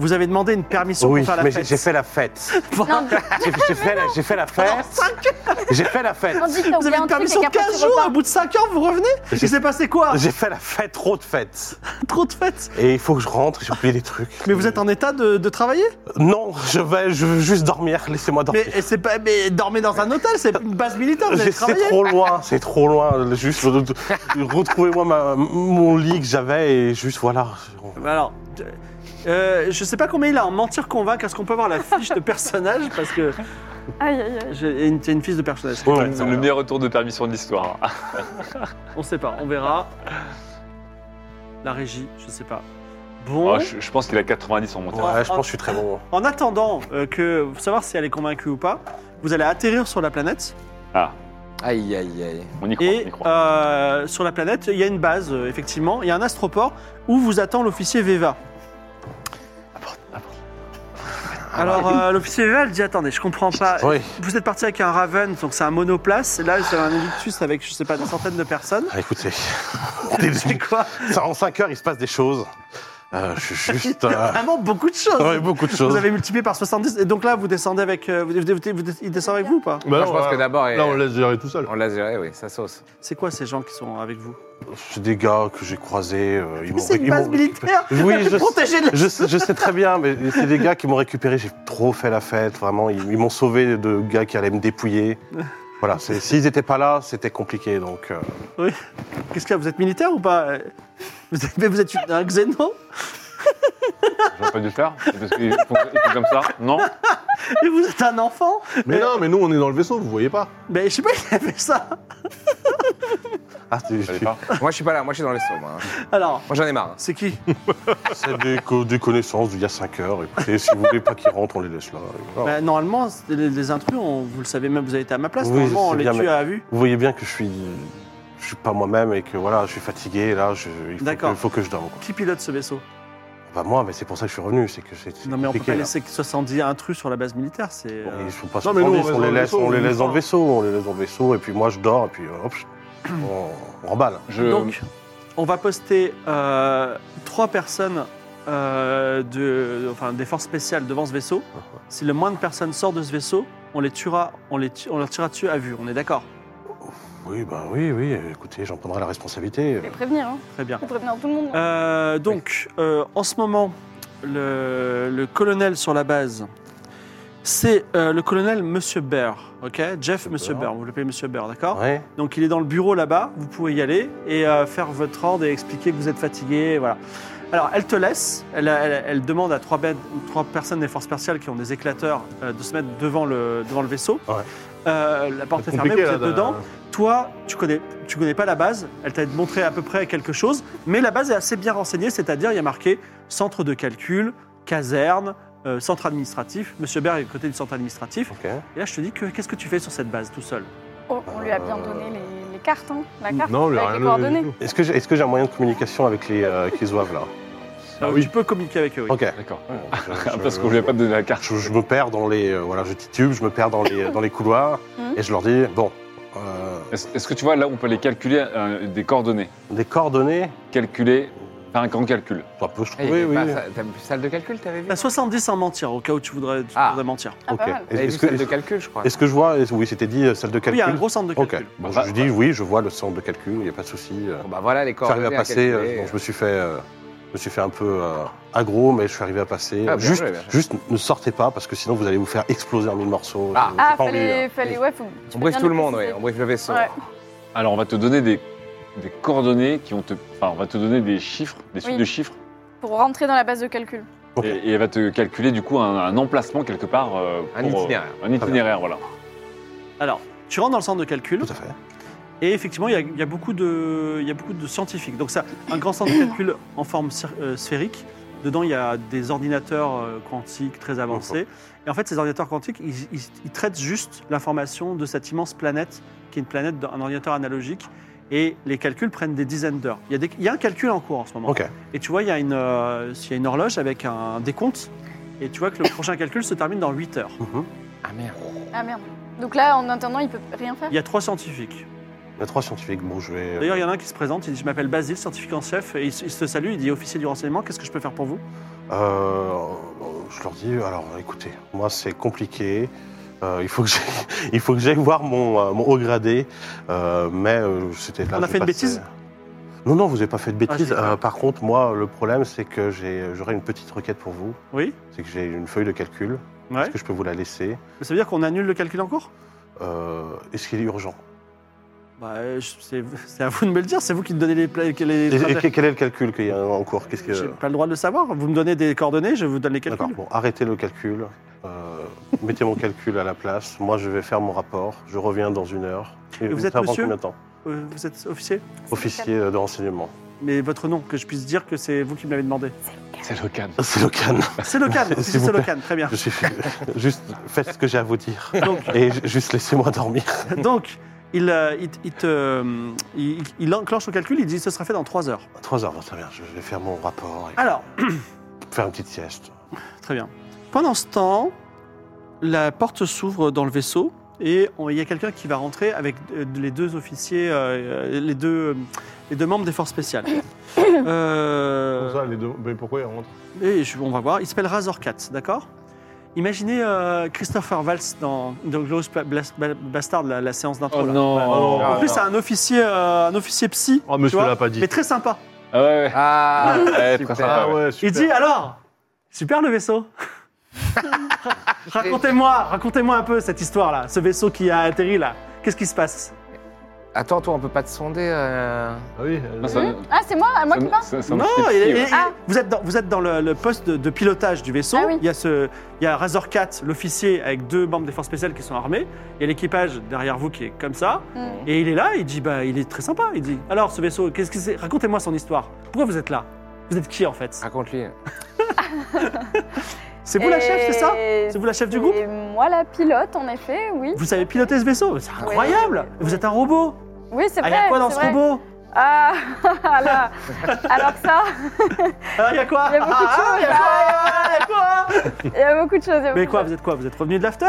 Vous avez demandé une permission oui, pour faire la mais j'ai fête. j'ai fait la fête. Pendant- mais- J'ai j'ai fait, la- j'ai fait la fête. J'ai fait la fête. On dit que t'as Vous oublié avez un une truc permission et de qu'après 15 tu jours, repars. à bout de 5 heures vous revenez Il s'est passé quoi J'ai fait la fête, trop de fêtes. Trop de fêtes Et il faut que je rentre, j'ai oublié des trucs. Mais vous êtes en état de, de travailler Non, je vais, je veux juste dormir. Laissez-moi dormir. mais, et c'est pas, mais dormez dans un hôtel, c'est une base militaire, vous allez C'est travailler trop loin, c'est trop loin. Juste retrouvez-moi ma- mon lit que j'avais et juste voilà. Bah Alors, euh, euh, je sais pas combien il a en mentir convaincre. Est-ce qu'on peut avoir la fiche de personnage Parce que Aïe, aïe, aïe. j'ai une, t'as une fiche de personnage. Ouais. C'est le meilleur retour de permission de l'histoire. Ah On sait pas, on verra. La régie, je sais pas. Bon. Ah, je, je pense qu'il a 90 en montage. Ouais, je pense que je suis très bon. En attendant euh, que pour savoir si elle est convaincue ou pas, vous allez atterrir sur la planète. Aïe, aïe, aïe. On y croit, on Et y croit. euh, sur la planète, il y a une base, euh, effectivement. Il y a un astroport où vous attend l'officier Veva. Ah Alors, euh, l'officier Veva, elle dit Attendez, je comprends pas. Oui, Vous êtes parti avec un Raven, donc c'est un monoplace. Et là, c'est un Invictus avec, je sais pas, des centaines de personnes. Ah, écoutez. Des- Quoi ça, en 5 heures, il se passe des choses. Euh, je suis juste. euh, Vraiment beaucoup de choses. ouais, beaucoup de vous choses. avez multiplié par 70. Et donc là, vous descendez avec. euh, Vous, vous- vous- vous- il descend avec vous ou pas Bah Moi, non, je pense ouais. que d'abord, eh, Là, on le laisse gérer tout seul. on l'a géré, oui, ça sauce. C'est quoi ces gens qui sont avec vous C'est des gars que j'ai croisés. euh, ils Mais m'ont C'est ré- une ils base m'ont- militaire Oui, je, Protégez les. je, sais- je sais très bien, mais c'est des gars qui m'ont récupéré. J'ai trop fait la fête, vraiment. Ils, ils m'ont sauvé de gars qui allaient me dépouiller. Voilà, c'est- s'ils n'étaient pas là, c'était compliqué. Donc, euh, Qu'est-ce qu'il y a Vous êtes militaire ou pas vous êtes, mais vous êtes un xéno J'aurais pas dû le faire. Parce qu'ils font, ils font comme ça. Non Et vous êtes un enfant Mais non, mais nous, on est dans le vaisseau, vous voyez pas. Mais je sais pas, il a fait ça ah, c'est- Fallait pas. moi, je suis pas là, moi, je suis dans les sauts, moi. Alors, Moi, j'en ai marre. hein. c'est qui C'est des, co- des connaissances d'il y a 5 heures. Écoutez, si vous voulez pas qu'ils rentrent, on les laisse là. Et voilà. Bah, Normalement, c'est- les, les intrus, on- vous le savez même, vous avez été à ma place. Oui, normalement, je on sais les bien, tue mais- à vue. Vous voyez bien que je suis, je suis pas moi-même et que voilà, je suis fatigué. Là, je- il faut D'accord. que, faut que je dorme. quoi. Qui pilote ce vaisseau Pas moi, mais c'est pour ça que je suis revenu. C'est que c'est c'est Non, mais on peut compliqué, pas là. laisser 70 intrus sur la base militaire. C'est. euh, Bon, Ils sont pas Non, mais nous, on suspendus, on, reste dans les le laisse, vaisseau, on les on laisse dans part. le vaisseau, on les laisse dans le vaisseau, et puis moi je dors, et puis hop, on, on remballe. Je, Donc, on va poster euh, trois personnes euh, de, enfin, des forces spéciales devant ce vaisseau. Si le moins de personnes sort de ce vaisseau, on les tuera, on les, tu- on leur tirera dessus à vue. On est d'accord Oui, bah oui, oui, écoutez, j'en prendrai la responsabilité. Je vais prévenir, hein. Très bien. Je vais prévenir tout le monde. Euh, donc, euh, en ce moment, le, le colonel sur la base C'est euh, le colonel Monsieur Bear, ok Jeff Monsieur Bear, vous l'appelez Monsieur Bear, d'accord Ouais. Donc il est dans le bureau là-bas, vous pouvez y aller et euh, faire votre ordre et expliquer que vous êtes fatigué, voilà. Alors elle te laisse, elle, elle- elle demande à trois, bêtes- trois personnes des forces spatiales qui ont des éclateurs euh, de se mettre devant le, devant le vaisseau. Ouais. Euh, la porte est fermée, vous Compliqué, là, êtes de- dedans. Toi, tu connais, tu connais pas la base, elle t'a montré à peu près quelque chose, mais la base est assez bien renseignée, c'est-à-dire il y a marqué centre de calcul, caserne, euh, centre administratif. Monsieur Baird est du côté du centre administratif. Ok. Et là, je te dis que qu'est-ce que tu fais sur cette base tout seul Oh, on lui a bien donné les, les cartes, hein, la carte Non, lui, avec rien les de- coordonnées. du tout. Est-ce que j'ai est-ce que j'ai un moyen de communication avec les, euh, qui zouavent, là Ah Euh, Tu peux communiquer avec eux. oui. Ok. Ah, D'accord. Je- je- Parce qu'on lui a pas donné la carte. je, je me perds dans les euh, voilà, je titube, je me perds dans les euh, dans les couloirs Mhm. et je leur dis bon, euh, Est-ce est-ce que tu vois, là, on peut les calculer euh, des coordonnées des coordonnées, Calculer, faire un grand calcul. ça peut je Eh, il y trouve. avait pas ça- T'as plus salle de calcul, t'avais vu T'as 70 sans mentir, au cas où tu voudrais, tu Ah. voudrais mentir. Ah, pas Ok. mal. T'avais Est-ce vu que, salle de est-ce- calcul, je crois. est-ce que je vois Oui, c'était dit euh, salle de Oui, il y calcul. a un gros centre de Ok. calcul. Bon, Bah, je dis oui, je vois le centre de calcul. Il n'y a pas de souci. euh, Bon, bah voilà les je suis coordonnées. arrivé à passer. euh, calculer. bon, je me suis fait, euh, je me suis fait un peu euh, aggro, mais je suis arrivé à passer. Ah, Euh, bien juste, joué, bien joué. juste, ne sortez pas parce que sinon vous allez vous faire exploser en mille morceaux. Ah. J'ai- j'ai Ah, pas envie, fallait, euh. fallait, ouais, faut. tu fais On brise bien tout de le monde, oui. préciser. On brise le vaisseau. Ouais. Alors, on va te donner des, des coordonnées qui ont te. Enfin, on va te donner des chiffres, des suites Oui. de chiffres. Pour rentrer dans la base de calcul. Ok. Et, et elle va te calculer, du coup, un, un emplacement quelque part. euh, Un pour, euh, itinéraire. un itinéraire, voilà. Alors, tu rentres dans le centre de calcul Tout à fait. et effectivement, il y a, il y a beaucoup, de, il y a beaucoup de scientifiques. Donc, ça, un grand centre de calcul en forme cir- euh, sphérique. Dedans, il y a des ordinateurs euh, quantiques très avancés. Et en fait, ces ordinateurs quantiques, ils, ils- ils traitent juste l'information de cette immense planète, qui est une planète d'un ordinateur analogique. Et les calculs prennent des dizaines d'heures. Il, y a des- il y a un calcul en cours en ce moment. Ok. Et tu vois, il y, a une, euh, il y a une horloge avec un décompte. Et tu vois que le prochain calcul se termine dans 8 heures. Mhm. Ah merde. Ah merde. Donc là, en attendant, il peut rien faire Il y a trois scientifiques. Il y a trois scientifiques. Bon, je vais. D'ailleurs, il y en a un qui se présente, il dit Je m'appelle Basile, scientifique en chef, et il, se- il se salue, il dit Officier du renseignement, qu'est-ce que je peux faire pour vous Euh, je leur dis, alors écoutez, moi c'est compliqué. Euh, il faut que j'aille- il faut que j'aille voir mon, euh, mon haut gradé. Euh, mais euh, c'était là. On a je fait une passais- bêtise Non, non, vous n'avez pas fait de bêtise. Ah, j'ai- Euh, par contre, moi, le problème, c'est que j'ai- j'aurais une petite requête pour vous. Oui C'est que j'ai une feuille de calcul. Ouais. Est-ce que je peux vous la laisser Mais Ça veut dire qu'on annule le calcul en cours Euh, Est-ce qu'il est urgent bah, euh, je- C'est c'est à vous de me le dire, c'est vous qui me donnez les. pla- que les Et- et trajets. que- Quel est le calcul qu'il y a en cours Qu'est-ce J'ai que pas le droit de le savoir, vous me donnez des coordonnées, je vous donne les D'accord, calculs. bon, arrêtez le calcul. Euh, mettez mon calcul à la place. Moi, je vais faire mon rapport. Je reviens dans une heure. Et vous êtes ça prend monsieur combien de temps Euh, vous êtes officier Officier de renseignement. Mais votre nom, que je puisse dire que c'est vous qui me l'avez demandé. C'est le cadre. C'est le can. C'est le cadre, S'il officier, vous c'est le plaît. cadre, très bien. Je suis juste faites ce que j'ai à vous dire Donc, et ju- juste laissez-moi dormir. donc, il, euh, il, il te, euh, il, il enclenche le calcul, il dit Ce sera fait dans 3 heures. À 3 heures, bon, très bien. Je vais faire mon rapport et Alors, faire une petite sieste. Très bien. Pendant ce temps, la porte s'ouvre dans le vaisseau et on- il y a quelqu'un qui va rentrer avec euh, les deux officiers, euh, les, deux, euh, les deux membres des forces spéciales. Comme Euh, ça, les deux. Mais pourquoi il rentre et je- on va voir, il s'appelle Razor Cat, d'accord Imaginez euh, Christopher Valls dans, dans Glorious Bla- Bla- Bla- Bastard, la, la séance d'intro. Oh là. non Oh, En non. plus, c'est un officier, euh, un officier psy, Oh, tu monsieur vois, l'a pas dit. mais très sympa. Ah ouais, ouais. Ah, Ouais, super. très sympa, ouais. ouais, Ah Il dit alors, super le vaisseau. racontez-moi, racontez-moi un peu cette histoire là, ce vaisseau qui a atterri là. Qu'est-ce qui se passe Attends, toi, on peut pas te sonder. euh, Ah oui. Non, euh, ça- Hmm Ah, c'est moi, moi qui ça- parle ça- ça- Non, c'est il- petit, il- ouais. il- Ah. vous êtes dans, vous êtes dans le, le poste de, de pilotage du vaisseau. Ah oui. Il y a ce, il y a Razor Cat, l'officier avec deux membres des forces spéciales qui sont armés. Il y a l'équipage derrière vous qui est comme ça. Hmm. Et il est là, il dit bah il est très sympa. Il dit alors ce vaisseau, qu'est-ce que c'est Racontez-moi son histoire. Pourquoi vous êtes là Vous êtes qui en fait Raconte-lui. C'est vous la chef, c'est ça Et C'est vous la chef du groupe c'est moi la pilote, en effet, oui. Vous savez piloter ce vaisseau C'est incroyable oui. Vous êtes un robot Oui, c'est Ah, vrai. Il y a quoi dans c'est ce vrai. robot Ah, là. alors que ça, Ah, y a quoi Il y a beaucoup de Ah, choses, y a quoi Y a quoi il y a beaucoup de choses. il y a Mais beaucoup quoi, de vous choses. êtes quoi Vous êtes revenu de l'after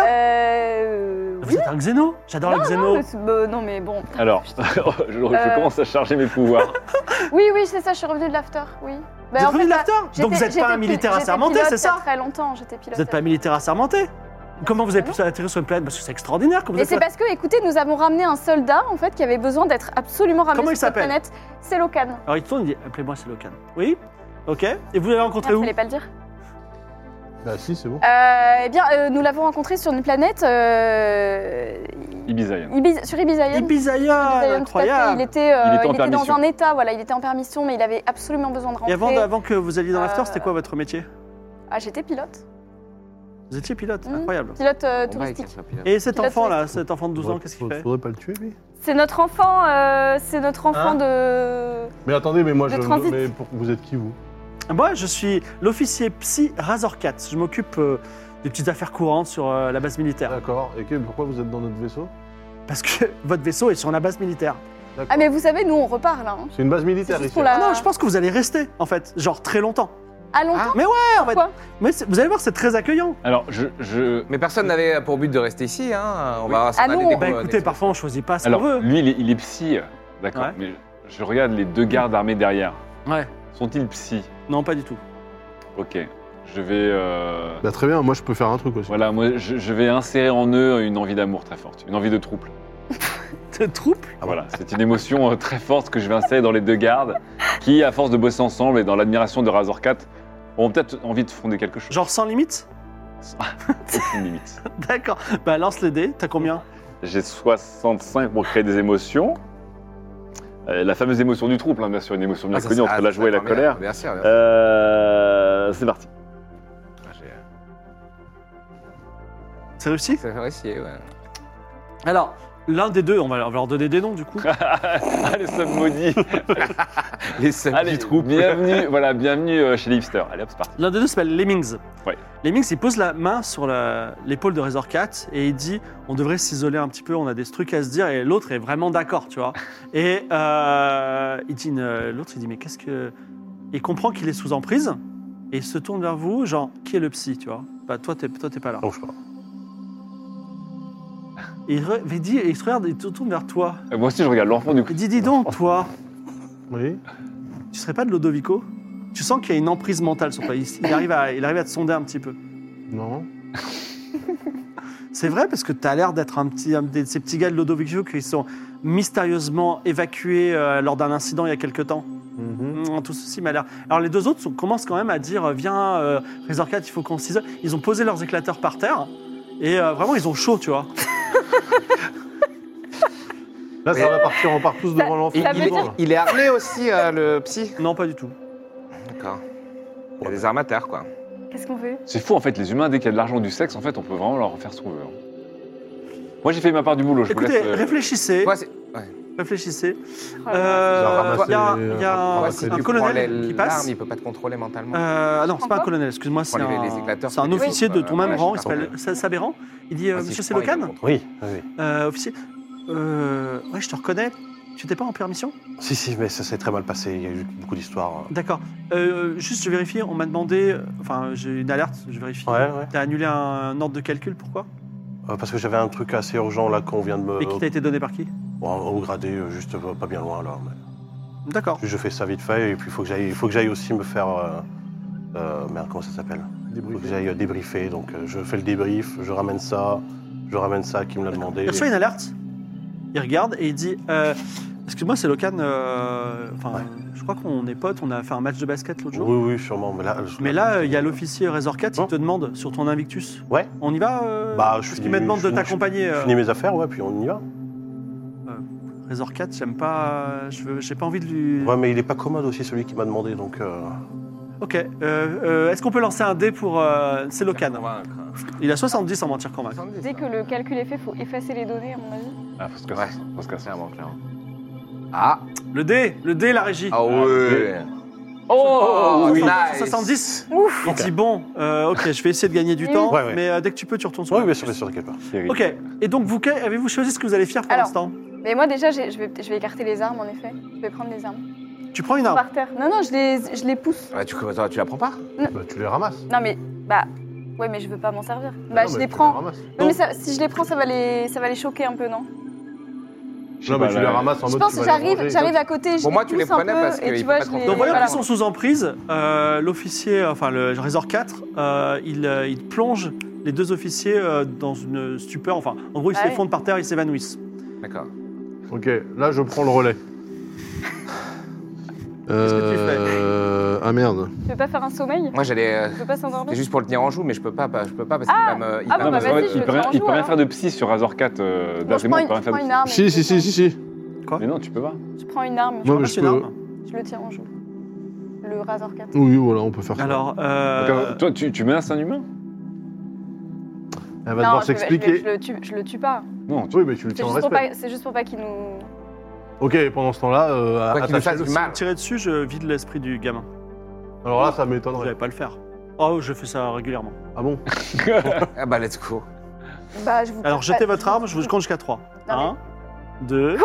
Euh. Vous êtes un xéno J'adore les xéno. Non, mais- bah, non, mais bon. Alors, je, je Euh. commence à charger mes pouvoirs. Oui, oui, c'est ça, je suis revenue de l'after, oui. Vous Bah, êtes en revenu fait, de là, l'after Donc j'étais- vous n'êtes pas j'étais un pi- militaire j'étais assermenté, pilote c'est il y a ça très longtemps, j'étais pilote. Vous n'êtes pas un militaire assermenté Comment vous avez pu atterrir sur une planète Parce que c'est extraordinaire comme vous Mais êtes. c'est parce que, écoutez, nous avons ramené un soldat, en fait, qui avait besoin d'être absolument ramené Comment il sur cette s'appelle planète. C'est Locan. Alors il tourne, il dit Appelez-moi Silocan. Oui Ok Et vous l'avez Ah, rencontré où fallait pas le dire. Bah si, c'est bon. Euh, eh bien, euh, nous l'avons rencontré sur une planète, euh, Ibizaïen. Ibiza- sur Ibiza Island. Ibiza Ibizaïa, Island, tout à fait. Il incroyable. était, euh, Il était en il était dans permission. un état, voilà, il était en permission, mais il avait absolument besoin de rentrer. Et avant, avant que vous alliez dans l'after, Euh, c'était quoi votre métier Ah, j'étais pilote, Vous étiez pilote, Mm. incroyable. pilote euh, Bon, bah, avec touristique. un pilote. Et cet Pilote, enfant ouais. là, cet enfant de 12 ans, Faudrait- qu'est-ce qu'il fait Faudrait pas le tuer, lui. C'est notre enfant, euh, c'est notre Hein enfant de. Mais attendez, mais moi, Le je. transit. Mais pour- vous êtes qui, vous Moi, je suis l'officier psy Razorcat. Je m'occupe euh, des petites affaires courantes sur euh, la base militaire. D'accord. Et que- pourquoi vous êtes dans notre vaisseau Ah, Parce que votre vaisseau est sur la base militaire. Ah, mais vous savez, nous on repart là. hein. C'est une base C'est militaire juste ici. pour Ah la. non, je pense que vous allez rester, en fait, genre très longtemps. À Ah, longtemps. Mais ouais, on va être- Pourquoi Mais c'est- vous allez voir, c'est très accueillant. Alors, je. je... Mais personne n'avait euh, pour but de rester ici, hein. On va s'en Ah, nous, aller on- dès qu'on- Bah dès écoutez, qu'on- parfois on choisit pas ce qu'on Alors, veut. lui, il est, il est psy, euh, d'accord. Ouais. Mais je regarde les deux gardes armés derrière. Ouais. Sont-ils psy Non, pas du tout. Ok. Je vais. euh, Bah très bien, moi je peux faire un truc aussi. Voilà, moi, je, je vais insérer en eux une envie d'amour très forte, une envie de trouble. Ce troupe Ah Voilà, c'est une émotion euh, très forte que je vais insérer dans les deux gardes, qui, à force de bosser ensemble et dans l'admiration de Razor Cat, auront peut-être envie de fonder quelque chose. Genre sans limite Aucune limite. D'accord. Bah lance les dés, t'as combien J'ai 65 pour créer des émotions. Euh, la fameuse émotion du trouble, hein, bien sûr, une émotion bien Ah, ça, connue c'est- entre ah, la c'est joie et la première, colère. Bien sûr. bien sûr. Euh, c'est parti. Ah, j'ai- C'est réussi C'est vrai, si, ouais. Alors, l'un des deux, on va, on va leur donner des noms du coup. Allez, sommes maudits. Les seuls Allez, qui trouvent. bienvenue, voilà, bienvenue euh, chez les hipsters. Allez, hop, c'est parti. L'un des deux s'appelle Lemmings. Ouais. Lemmings, il pose la main sur la- l'épaule de Razor Cat et il dit on devrait s'isoler un petit peu, on a des trucs à se dire et l'autre est vraiment d'accord, tu vois. Et euh, il dit ne- l'autre il dit mais qu'est-ce que il comprend qu'il est sous emprise et il se tourne vers vous genre qui est le psy, tu vois. Bah toi t'es toi t'es pas là. Non, je sais pas. Et il, re- il dit et il se regarde, il se tourne vers toi. Euh, Moi aussi, je regarde l'enfant du coup. Il dit dis donc toi, Oui. tu serais pas de Lodovico Tu sens qu'il y a une emprise mentale sur toi. Il, il arrive à il arrive à te sonder un petit peu. Non. C'est vrai parce que tu as l'air d'être un petit un des- ces petits gars de Lodovico qui sont mystérieusement évacués euh, lors d'un incident il y a quelque temps. Mhm. Mm, Tout ceci m'a l'air. Alors les deux autres sont- commencent quand même à dire euh, viens euh, Razor Cat, il faut qu'on s'isole. Ils ont posé leurs éclateurs par terre et euh, vraiment ils ont chaud, tu vois. Là, ça Mais- va partir, on part tous devant l'enfant. ça veut devant, dire- là. Il est armé aussi, euh, le psy. Non, pas du tout. D'accord. Il y a des armateurs, quoi. Qu'est-ce qu'on fait C'est fou en fait, les humains, dès qu'il y a de l'argent du sexe, en fait, on peut vraiment leur en faire ce qu'on veut. hein. Moi, j'ai fait ma part du boulot, je vous Écoutez, laisse. euh, réfléchissez, Toi, c'est- réfléchissez. Oh là Euh, là. Ils ont Il y a, ramassé, il y a euh, un, toi, ouais, si un tu prends colonel les- qui l'arme, passe. Il peut pas te contrôler mentalement. Euh, ah non, c'est pas un Encore colonel, excuse-moi, c'est les- les un, éclateurs, c'est un c'est- officier de oui, ton bah, même ouais, rang, il j'ai s'appelle Sa- Sabéran. Il dit euh, Ah, si Monsieur je prends, il Sélocan me contrôle. Oui, oui, Euh, officier, euh, ouais, je te reconnais. Tu n'étais pas en permission oui. Si, si, mais ça s'est très mal passé. Il y a eu beaucoup d'histoires. D'accord. Euh, juste, je vérifie. On m'a demandé. Enfin, j'ai une alerte. Je vérifie. Ouais, ouais. T'as annulé un, un ordre de calcul. Pourquoi Euh, parce que j'avais un truc assez urgent là qu'on vient de me. Et qui t'a été donné par qui Bon, au gradé, euh, juste euh, pas bien loin là. mais- D'accord. Puis Je fais ça vite fait et puis il faut que j'aille, faut que j'aille aussi me faire. euh, euh, merde, comment ça s'appelle Il faut que j'aille euh, débriefer. Donc euh, je fais le débrief, je ramène ça, je ramène ça qui me l'a demandé. Il reçoit une alerte. Il regarde et il dit euh, Excuse-moi, c'est Locan. euh, Enfin, Ouais. je crois qu'on est potes. On a fait un match de basket l'autre jour. Oui, oui, sûrement. Mais là, je- Mais là, euh, il y a l'officier Razor Cat qui Bon. te demande sur ton Invictus. Ouais. On y va euh, Bah, je parce finis- qu'il me demande je de finis- t'accompagner. Je euh, finis mes affaires, ouais, puis on y va. Razor Cat, j'aime pas. Je veux, j'ai pas envie de lui. Ouais, mais il est pas commode aussi celui qui m'a demandé, donc. euh, Ok. euh, euh, Est-ce qu'on peut lancer un dé pour euh, c'est Locan Convaincre, hein. Il a 70 en mentir convaincre. Dès que le calcul est fait, faut effacer les données, à mon avis. Ah, faut se casser. Ouais. Faut se casser. Clairement, clairement. Ah, Le dé, le dé, la régie. ah ouais. Oh, Oh, oui. nice. 70 Ouf Il dit bon, euh, ok, je vais essayer de gagner du Oui. temps, Ouais, ouais. mais euh, dès que tu peux, tu retournes sur Oui, le bien sûr, campus. bien sûr, t'inquiète pas. Terrible. Ok, et donc vous, que- avez-vous choisi ce que vous allez faire pour Alors. l'instant Mais moi déjà, j'ai- je vais, je vais écarter les armes en effet. Je vais prendre les armes. Tu prends une Ah. arme. Par terre. Non, non, je les, je les pousse. Ah, tu, attends, tu la prends pas Bah, tu les ramasses. Non mais, bah, ouais, mais je veux pas m'en servir. Bah, Non, mais je tu les prends. ramasses. Non, mais ça- si je les prends, ça va les, ça va les choquer un peu, non Je sais Non, mais pas, bah, tu là, les ramasses en Je mode. pense tu vas que les j'arrive, ranger. j'arrive à côté. Je Pour moi, les tu les pousse un prenais peu, parce et qu'il tu faut vois, pas je qu'on les- te Donc voilà voilà. qu'ils sont sous emprise. Euh, L'officier, enfin le Razor 4, euh, il, euh, il plonge les deux officiers euh, dans une stupeur. Enfin, en gros, ils Ah ouais. s'effondrent par terre, ils s'évanouissent. D'accord. Ok, là je prends le relais. que tu fais Euh, Ah merde. Tu peux pas faire un sommeil Moi, j'allais. euh, Tu peux pas s'endormir C'est juste pour le tenir en joue, mais je peux pas, pas- je peux pas parce qu'il Ah va me. il Ah va bon, me- bah, parce qu'en vas-y, fait, je il le peut, rien, prends en il joue, peut rien alors. faire de psy sur Razor 4. Euh, Bon, je Daphné, prends on une, peut rien je faire prends de une psy. arme. Si, si, si, si, si. Quoi Mais non, tu peux pas. Je prends une arme, Moi, mais Passe je une peux. arme. je le tire en joue. Le Razor 4. Oui, voilà, on peut faire ça. Alors, euh, Donc, euh, toi, tu, tu menaces un humain Elle va devoir je, le- je, s'expliquer. le tue, je le tue pas. Non, tu- Oui, mais tu le C'est tiens en juste, pour respect. pas- c'est juste pour pas qu'il nous. Ok, et pendant ce temps-là, euh, Quoi qu'il nous attache- fasse du mal. tirer dessus, je vide l'esprit du gamin. Alors là, ça Vous m'étonnerait. n'allez pas le faire. Oh, je fais ça régulièrement. Ah bon Ah bah, let's go. Bah, je vous Alors, jetez bah, votre arme, je vous compte jusqu'à 3. mais- 1, 2.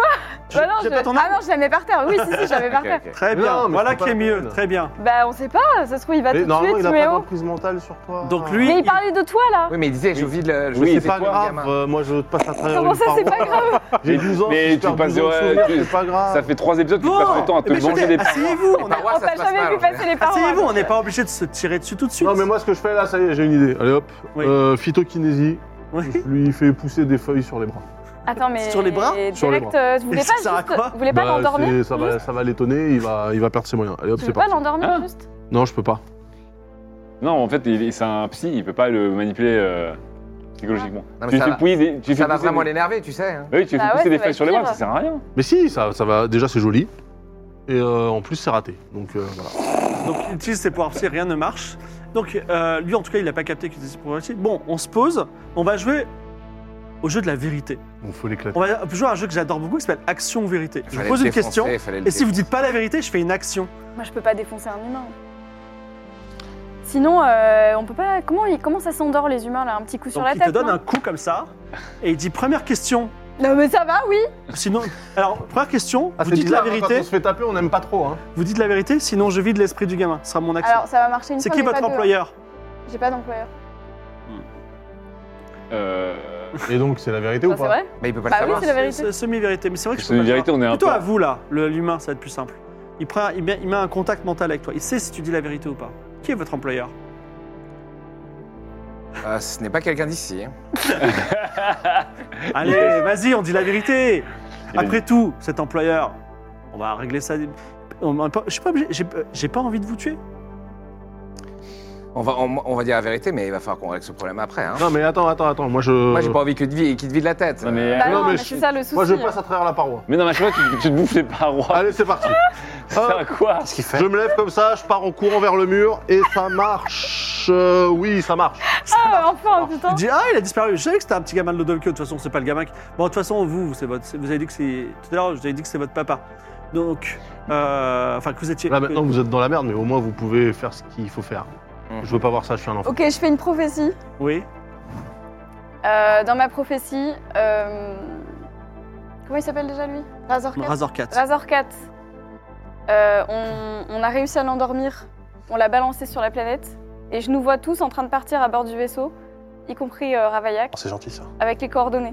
Tu Bah non, j'ai je- pas ton Ah arme non, je la mets par terre. Oui, si, si, je la mets par Ok, terre. ok. Très Mais bien, non, mais voilà c'est qui pas est la mieux, peine. très bien. Bah, on sait pas. Ça se trouve, il va Mais tout de normalement, suite, il a mais pas oh. d'emprise mentale sur toi. Donc lui, Mais il parlait de toi, là. Oui, mais il disait, je vide le. Je Oui, sais C'est pas quoi, grave, gamin. euh, moi je passe à travers Comment une ça, c'est paroi. pas grave J'ai Mais- 12 ans, mais si je tu perds passes 12 ans de de- souvenirs, tu- c'est pas grave. Ça fait trois épisodes que tu passes ton temps à te Eh, mais manger écoutez, des Asseyez-vous, on Par est- moi, On ça t'a se passe jamais mal, vu en fait. passer les parois. asseyez-vous, on n'est pas obligé de se tirer dessus tout de suite. Non, mais moi ce que je fais là, ça y est, j'ai une idée. Allez hop, Oui. Euh, phytokinésie, Oui. je lui fais pousser des feuilles sur les bras. Attends, mais. Sur les bras Direct, Sur les bras. euh, vous voulez Et ça pas sert à juste- quoi Vous voulez pas Bah, c'est- l'endormir ça va, ça va l'étonner, il va, il va perdre ses moyens. Allez hop, Tu c'est veux pas parti. l'endormir Ah. Hein juste Non, je peux pas. Non, en fait, il- c'est un psy, il peut pas le manipuler euh, psychologiquement. Non, mais tu ça fais va- pousser des- tu fais Ça va pousser vraiment des- l'énerver, tu sais. hein. Bah Oui, tu Bah fais ouais, pousser ça des va feuilles être sur les bras, pire. ça sert à rien. Mais si, ça, ça va. Déjà, c'est joli. Et euh, en plus, c'est raté. Donc euh, voilà. Donc il utilise ses pouvoirs psy, rien ne marche. Donc euh, lui, en tout cas, il n'a pas capté qu'il était ses pouvoirs psy. Bon, on se pose, on va jouer au jeu de la vérité. On faut l'éclater. On va jouer à un jeu que j'adore beaucoup qui s'appelle Action Vérité. Je vous Fallait pose le une question, défoncer, fallait le et si vous défoncer. dites pas la vérité, je fais une action. Moi, je peux pas défoncer un humain. Sinon, euh, on peut pas. Comment, ils- comment ça s'endort les humains là Un petit coup sur Donc la il tête te donne non un coup comme ça, et il dit première question. Non, mais ça va, oui. Sinon, alors première question, Ah, vous dites la vérité, hein, on se fait taper, on n'aime pas trop. Hein. vous dites la vérité, sinon je vide l'esprit du gamin. Ce sera mon action. Alors, ça va marcher une euh, C'est fois. qui mais votre pas deux. hein. employeur J'ai pas d'employeur. Euh, Et donc, c'est la vérité Non, ou C'est pas vrai Mais il peut pas Bah le oui, savoir. c'est la vérité. C'est- c'est Semi-vérité, mais c'est vrai que je C'est peux une pas le vérité, on est faire. un Plutôt peu- à vous là, le- l'humain, ça va être plus simple. Il, prend, il, met, il met un contact mental avec toi. Il sait si tu dis la vérité ou pas. Qui est votre employeur Euh, Ce n'est pas quelqu'un d'ici. hein. Allez, vas-y, on dit la vérité. Il a Après tout, cet employeur, on va régler ça. On m'a pas- Je suis pas obligé, j'ai j'ai pas envie de vous tuer. On va, on, on va dire la vérité, mais il va falloir qu'on règle ce problème après. hein. Non, mais attends, attends, attends. Moi, je. Moi, j'ai pas envie que de vie- qu'il te vide la tête. Euh. Non, mais- Bah Eh, non, non, mais mais je- c'est ça le souci. hein. Moi, je passe à travers la paroi. Mais non, mais à chaque fois, tu, tu te bouffes les parois. Allez, c'est parti. Ça sert à quoi Qu'est-ce qu'il fait Je me lève comme ça, je pars en courant vers le mur et ça marche. Euh, oui, ça marche. Ah, enfin, putain. Il dit Ah, il a disparu. Je savais que c'était un petit gamin de Lodolkio. De toute façon, c'est pas le gamin qui. Bon, de toute façon, vous, c'est votre, c'est- vous avez dit que c'est. Tout à l'heure, je vous avais dit que c'est votre papa. Donc. euh, Enfin, que vous étiez. Là, maintenant, vous êtes dans la merde, mais au moins, vous pouvez faire ce qu'il faut faire. Hum. Je veux pas voir ça, je suis un enfant. Ok, je fais une prophétie. Oui. Euh, dans ma prophétie, euh, comment il s'appelle déjà lui Razor Cat. Razor 4. Razor Cat. Euh, on, on a réussi à l'endormir. On l'a balancé sur la planète. Et je nous vois tous en train de partir à bord du vaisseau, y compris euh, Ravaillac, Oh, C'est gentil ça. avec les coordonnées.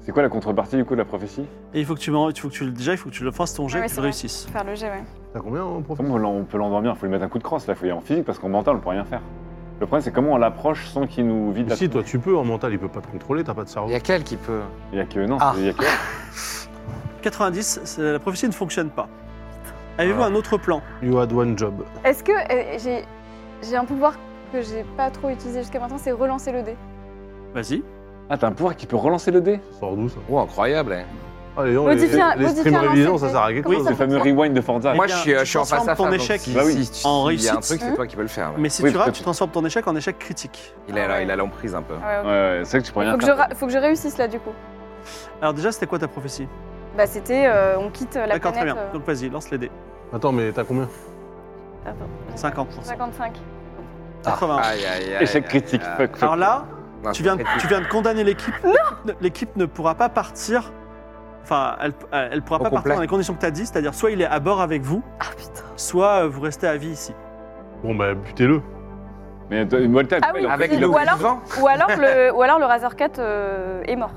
C'est quoi la contrepartie du coup de la prophétie Et il faut que tu, m'en- il faut que tu le- déjà, il faut que tu le fasses ton jet, Ah et ouais, que tu le c'est vrai. réussisses. Faut Faire le G, ouais. T'as combien hein, en profil Comment on l'en- on peut l'endormir Faut lui mettre un coup de crosse, là, faut y aller en physique parce qu'en mental, on peut rien faire. Le problème, c'est comment on l'approche sans qu'il nous vide Mais la Si, toi, tu peux en mental, il peut pas te contrôler, t'as pas de cerveau. Il y a quel qui peut. Il y a que. Non, Ah. il y a que. 90, c'est- la prophétie ne fonctionne pas. Avez-vous un autre plan You had one job. Est-ce que euh, j'ai j'ai un pouvoir que j'ai pas trop utilisé jusqu'à maintenant, c'est relancer le dé. Vas-y. Ah, t'as un pouvoir qui peut relancer le dé Ça sort d'où ça Oh, incroyable. hein. Allez, on Modifier un- les, les modifier streams un révision, lancer ça de sert à quelque dé. chose. C'est le fameux rewind de Forza. Eh Moi, bien, je suis, euh, tu je suis en face transformes à ton face. donc échec si- Bah oui. si- si- en Il y a un réussite. Hein truc, c'est toi qui peux le faire. ouais. Mais si Oui, tu parce que rates, tu- tu transformes ton échec en échec critique. Il est là, il a l'emprise un peu. Ouais, ok. Ouais, ouais, c'est vrai que tu peux rien faut, que je faire. ra- faut que je réussisse là du coup. Alors déjà, c'était quoi ta prophétie Bah c'était euh, on quitte la D'accord, très planète. bien. Donc vas-y, lance les dés. Attends, mais t'as combien euh, attends. 50%. 55. 80. Aïe, aïe, aïe, Ah. Échec aïe, critique, aïe. fuck, fuck. Alors là, Non, Tu viens, Ah, c'est critique. tu viens de condamner l'équipe. L'équipe ne pourra pas partir. Enfin, elle, elle pourra Au pas partir complet. dans les conditions que tu as dit, c'est-à-dire soit il est à bord avec vous, Ah putain. soit euh, vous restez à vie ici. Bon, bah, butez-le. Mais toi, Molten, Ah oui, il en Avec fait- Ou le alors- vivant Ou alors le, ou alors le Razor Cat euh, est mort.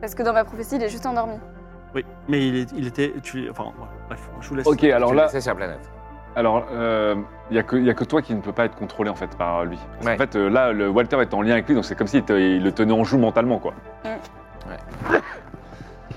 Parce que dans ma prophétie, il est juste endormi. Oui, mais il, est- il était. Tu, enfin, voilà, bref, je vous laisse. Ok, alors là, C'est sur la planète. alors, euh, il y a que- il y a que toi qui ne peux pas être contrôlé en fait par lui. Parce qu'en Ouais. fait, euh, là, le Walter est en lien avec lui, donc c'est comme s'il te- il le tenait en joue mentalement, quoi.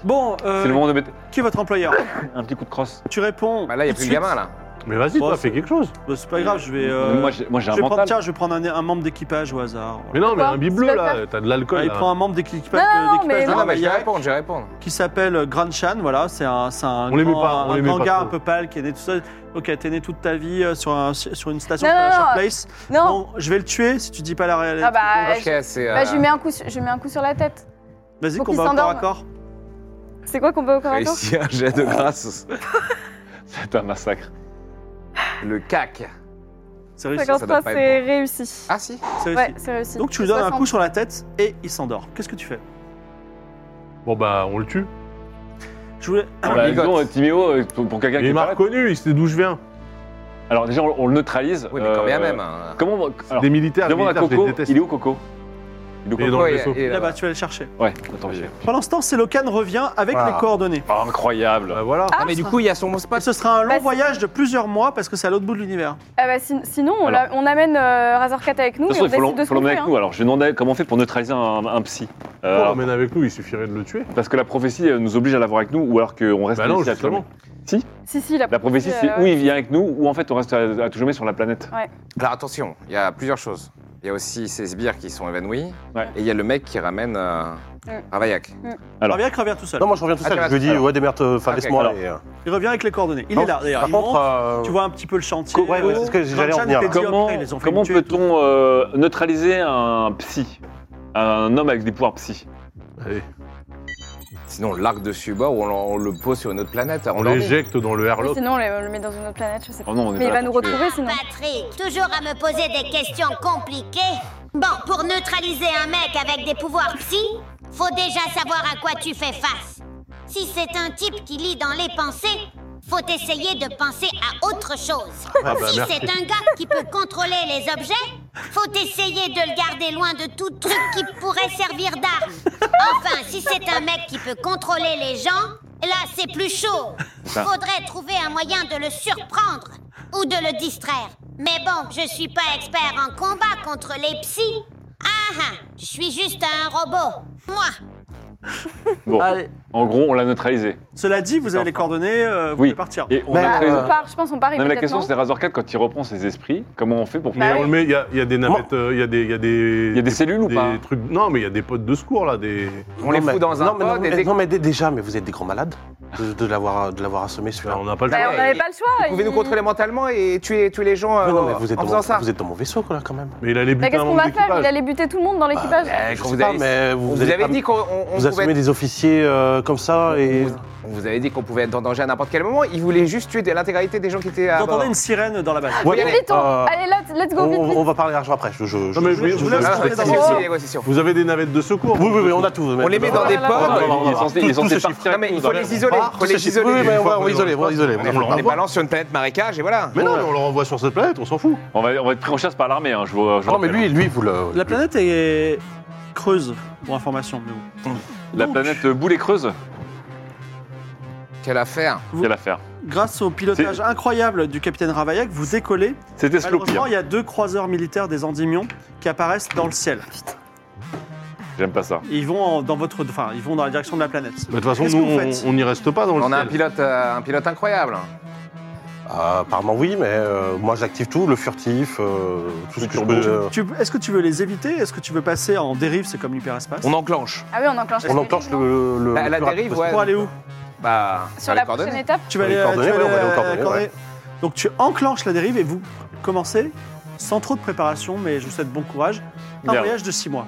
Bon, euh, C'est le moment de mettre qui est votre employeur un petit coup de crosse. Tu réponds. Bah là, il n'y a tout plus de le suite. gamin, là. Mais vas-y, Bon, toi, c'est- fais quelque chose. Bah, c'est pas grave, je vais. euh, Moi, j'ai moi, j'ai je un vais prendre, mental. tiens, je vais prendre un, un membre d'équipage au hasard. Mais non, mais Quoi un bibleu C'est pas là, t'as de l'alcool. Ah, il là. prend un membre d'équipage Non, non, de- d'équipage de Non, non, mais mais je vais Marmaillac répondre, je vais répondre. qui s'appelle Grand Chan. Voilà, c'est un, c'est un On les met grand- pas, on un les met grand pas gars trop. un peu pâle qui est né tout seul. Ok, t'es né toute ta vie euh, sur, un- sur une station Non, qui s'appelle non, Sharp non. Place. Non, Bon, je vais le tuer si tu dis pas la réalité. Ah bah, Donc, euh, Ok, c'est. bah, je, lui euh, mets un coup, sur- je lui mets un coup sur la tête. Vas-y, faut qu'il combat au corps à s'endorme. corps. C'est quoi qu'on peut au corps à corps Réussi un jet de grâce. C'est un massacre. Le cac. C'est réussi. 53, doit pas être c'est réussi. Ah si c'est réussi. Ouais, c'est réussi. Donc tu lui donnes un coup sur la tête et il s'endort. Qu'est-ce que tu fais Bon bah, on le tue. Je voulais. On Bah, ligote. disons, euh, Timéo, euh, pour, pour quelqu'un Il qui est m'a pareil- reconnu, il sait d'où je viens. Alors déjà, on, on le neutralise. Oui, mais quand euh, bien même. hein. Comment on- alors, Des militaires, les Demande à militaires, je Coco. les déteste. Il est où Coco Il est où Il est Coco dans le Ouais, vaisseau. et, euh, Ah, bah, Là-bas, tu vas le chercher. Ouais, attends, j'y vais. Pendant ce temps, Sélocan revient avec Ah. les coordonnées. Oh, incroyable. Bah voilà. Ah, mais du coup, il y a son mot spot. Ce sera un long Bah, c'est- voyage de plusieurs mois parce que c'est à l'autre bout de l'univers. Ah bah, sin- sinon, on, Alors. la- on amène euh, Razorcat avec nous De toute et on façon, il faut décide l'em- de ce faut qu'on l'emmener fait. avec hein. nous. Alors, je vais demander comment on fait pour neutraliser un, un psy. On Euh, alors, l'emmène avec nous, il suffirait de le tuer. parce que la prophétie euh, nous oblige à l'avoir avec nous ou alors qu'on reste Bah non, ici à justement. tout jamais. hein. Si, si, la, La prophétie, c'est euh, où il vient avec nous ou en fait on reste à, à tout jamais sur la planète. Alors attention, il y a plusieurs choses. Il y a aussi ces sbires qui sont évanouis. Ouais. Et il y a le mec qui ramène euh, Mm. Ravaillac. Alors. Revient, revient tout seul. Non, moi je reviens tout Ah, seul. tu Je lui restes, dis, alors. ouais, démerde, euh, enfin, Ok. laisse-moi. Alors, et, euh, Il revient avec les coordonnées. Il non, est là, d'ailleurs. Par Il contre, monte, euh, Tu vois un petit peu le chantier. Ouais, ouais, c'est ce que j'allais en Grand Chan venir, t'est là. dit, après, Comment, ils ont fait comment une tuerie et tout. peut-on euh, neutraliser un psy Un homme avec des pouvoirs psy Allez, Sinon, on le largue dessus bas ou on, l'en- on le pose sur une autre planète. on l'emmène. l'éjecte dans le oui, airlock. sinon, on le, on le met dans une autre planète, je sais pas. Oh non, on est mais il pas va là nous pour tuer. retrouver sinon. Patrick, toujours à me poser des questions compliquées. Bon, pour neutraliser un mec avec des pouvoirs psy, faut déjà savoir à quoi tu fais face. Si c'est un type qui lit dans les pensées, faut essayer de penser à autre chose. Ah bah si merci. c'est un gars qui peut contrôler les objets, faut essayer de le garder loin de tout truc qui pourrait servir d'arme. Enfin, si c'est un mec qui peut contrôler les gens, là c'est plus chaud. Ah. Ça. Faudrait trouver un moyen de le surprendre ou de le distraire. Mais bon, je suis pas expert en combat contre les psys. Ah ah, je suis juste un robot. Moi, Bon, Ah, Allez. en gros, on l'a neutralisé. Cela dit, vous avez les coordonnées, euh, vous Oui. pouvez partir. Et on Mais, Bah, neutralise- euh, on part, je pense, on part Ah, Non, mais la immédiatement. question c'est Razor 4 quand il reprend ses esprits, comment on fait pour Mais Bah on oui. le met, il y a- il y, a des navettes, euh, il y a des. Il y a des, Il y a des cellules ou des pas trucs. Non, mais il y a des potes de secours là, des. On les non, mais- fout dans un non, mais, pod non, et mais- dès non, mais dé- déjà, mais vous êtes des grands malades de, de l'avoir de l'avoir assommé Là, celui-là. on n'a pas le Bah, choix. on n'avait pas le choix. Vous pouvez nous il- contrôler mentalement et tuer, tuer les gens Mais euh, non, mais vous êtes, en dans faisant mon, ça. vous êtes dans mon vaisseau, là, quand même. Mais il allait Mais buter Bah, qu'est-ce un qu'on membre va faire Il d'équipage. allait buter tout le monde dans l'équipage. Eh, Je quand sais vous pas, avez- mais On vous, vous avait pas- dit qu'on on- on vous assommez pouvait... des officiers euh, comme ça et. on vous avait dit qu'on pouvait être en danger à n'importe quel moment. Il voulait juste tuer l'intégralité des gens qui étaient à Vous bord. entendez une sirène dans la base. Ouais, y aller. Vite, on- euh, Allez, let's, let's on, go, vite, on- vite. on va parler argent après. Je, je- je- Non, mais je- oui, je- vous je- avez- Ah, on est c'est dans c'est- le- c'est les négociations. Vous avez des navettes de secours Oui, oui, oui, on a tout. On les met dans des Ah, pods. bah, il est censé- il est censé Tout- tout partir Non, avec mais nous il faut dans la- les isoler. Ah, Il faut les ceci- Oui, isoler. oui, mais on fois va- qu'on on va les isoler, on va envoie. isoler. On on les va- On les renvoie. balance sur une planète marécage et voilà. Mais non, mais on le renvoie sur cette planète, on s'en fout. On va, on va être pris en chasse par l'armée, hein, je vous je vous Non, mais rappelle. lui, lui, vous le. Bah, La planète est creuse, pour information. mais bon. La Donc, planète euh, boule et creuse, Quelle affaire. quelle affaire Grâce au pilotage C'est- incroyable du capitaine Ravaillac, vous décollez. C'était Sloopy, Malheureusement, hein. il y a deux croiseurs militaires des Andimions qui apparaissent dans le ciel. j'aime pas ça. Et Ils vont en- dans votre, enfin, ils vont dans la direction de la planète. Bah, De toute façon, Qu'est-ce nous, que vous faites on- on n'y reste pas dans le On a un ciel. pilote, euh, un pilote incroyable. Ah, apparemment, oui, mais euh, moi, j'active tout, le furtif, euh, tout ce que je turbo. peux. euh, Tu- Est-ce que tu veux les éviter Est-ce que tu veux passer en dérive C'est comme l'hyperespace. On enclenche. Ah oui, on enclenche. On enclenche le. le- La, le la plus rapide dérive, possible. ouais. Pour aller où Bah, Sur sur la les prochaine coordonnées. étape, Tu vas Dans les aller, coordonnées, tu vas ouais, on va aller aux euh, coordonnées, coordonnées. Donc tu enclenches la dérive et vous commencez sans trop de préparation, mais je vous souhaite bon courage. Un Merde. voyage de six mois.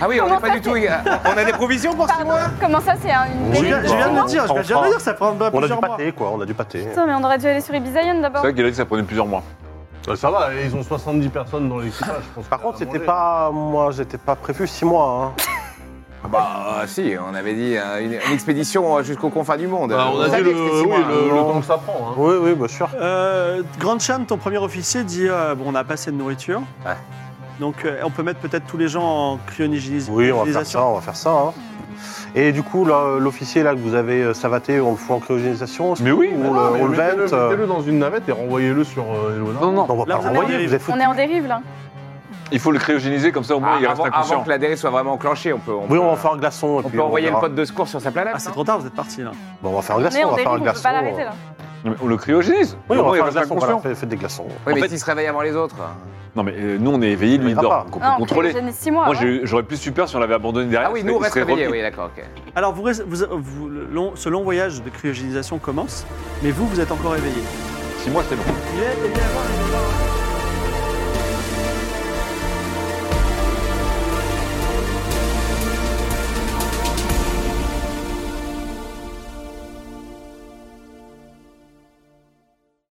Ah oui, on Comment n'est pas ça du tout. On a des provisions pour six mois comment ça, c'est un- une Oui, Je dérive viens, de je bah, viens de chemin le dire, je on viens de fera. le dire, ça prend pas On a du plusieurs mois. pâté, quoi, on a du pâté. Putain, mais on aurait dû aller sur Ibiza Island C'est d'abord. vrai qu'il a dit que ça prenait plusieurs mois. Bah, ça va, ils ont 70 personnes dans l'équipage, je pense. Par qu'il y a contre, à c'était manger. pas. Moi, j'étais pas prévu six mois. hein. Bah, euh, si, on avait dit euh, une, une expédition euh, jusqu'aux confins du monde. Bah, on a dit savait le, que c'était six oui, mois, hein. le, le temps que ça prend. hein. Oui, oui, bien sûr. Euh, Grand Chan, ton premier officier, dit euh, Bon, on a pas assez de nourriture. Ouais. Donc euh, on peut mettre peut-être tous les gens en cryogénisation. Oui, on va faire ça, on va faire ça. hein. Et du coup, là, l'officier là que vous avez euh, savaté, on le fout en cryogénisation Mais oui On Non, le- mais on le mettez-le- vente, euh, Mettez-le dans une navette et renvoyez-le sur euh, Léonard. Non, non, On Là, va pas vous êtes en renvoyer, dérive. vous êtes foutus. On est en dérive là. Il faut le cryogéniser, comme ça au moins Ah, il reste avant, inconscient. avant que la dérive soit vraiment enclenchée, on peut, on Oui, on peut- va faire un glaçon. et on puis peut envoyer le verra. pote de secours sur sa planète. Ah, c'est hein. trop tard, vous êtes parti là. Bon, on va faire un glaçon, Mais on on va faire un dérive, on peut glaçon. pas l'arrêter là. Non, mais On le cryogénise Oui, Au on moins, il va faire un reste glaçon. inconscient. Voilà, faites- faites des glaçons. Oui, En mais fait- s'il se réveille avant les autres. Non, mais euh, nous on est éveillés, lui il verra dort. pas. Donc, on peut Non, contrôler. Ah, on 6 mois. Moi hein. j'ai- j'aurais plus super si on l'avait abandonné derrière. Ah oui, il nous on serait- il reste serait réveillés, remis. oui, d'accord, ok. Alors, vous, restez- vous- vous- le long- ce long voyage de cryogénisation commence, mais vous, vous êtes encore éveillé. Six mois c'est bon. Il est- il est avant les aurores.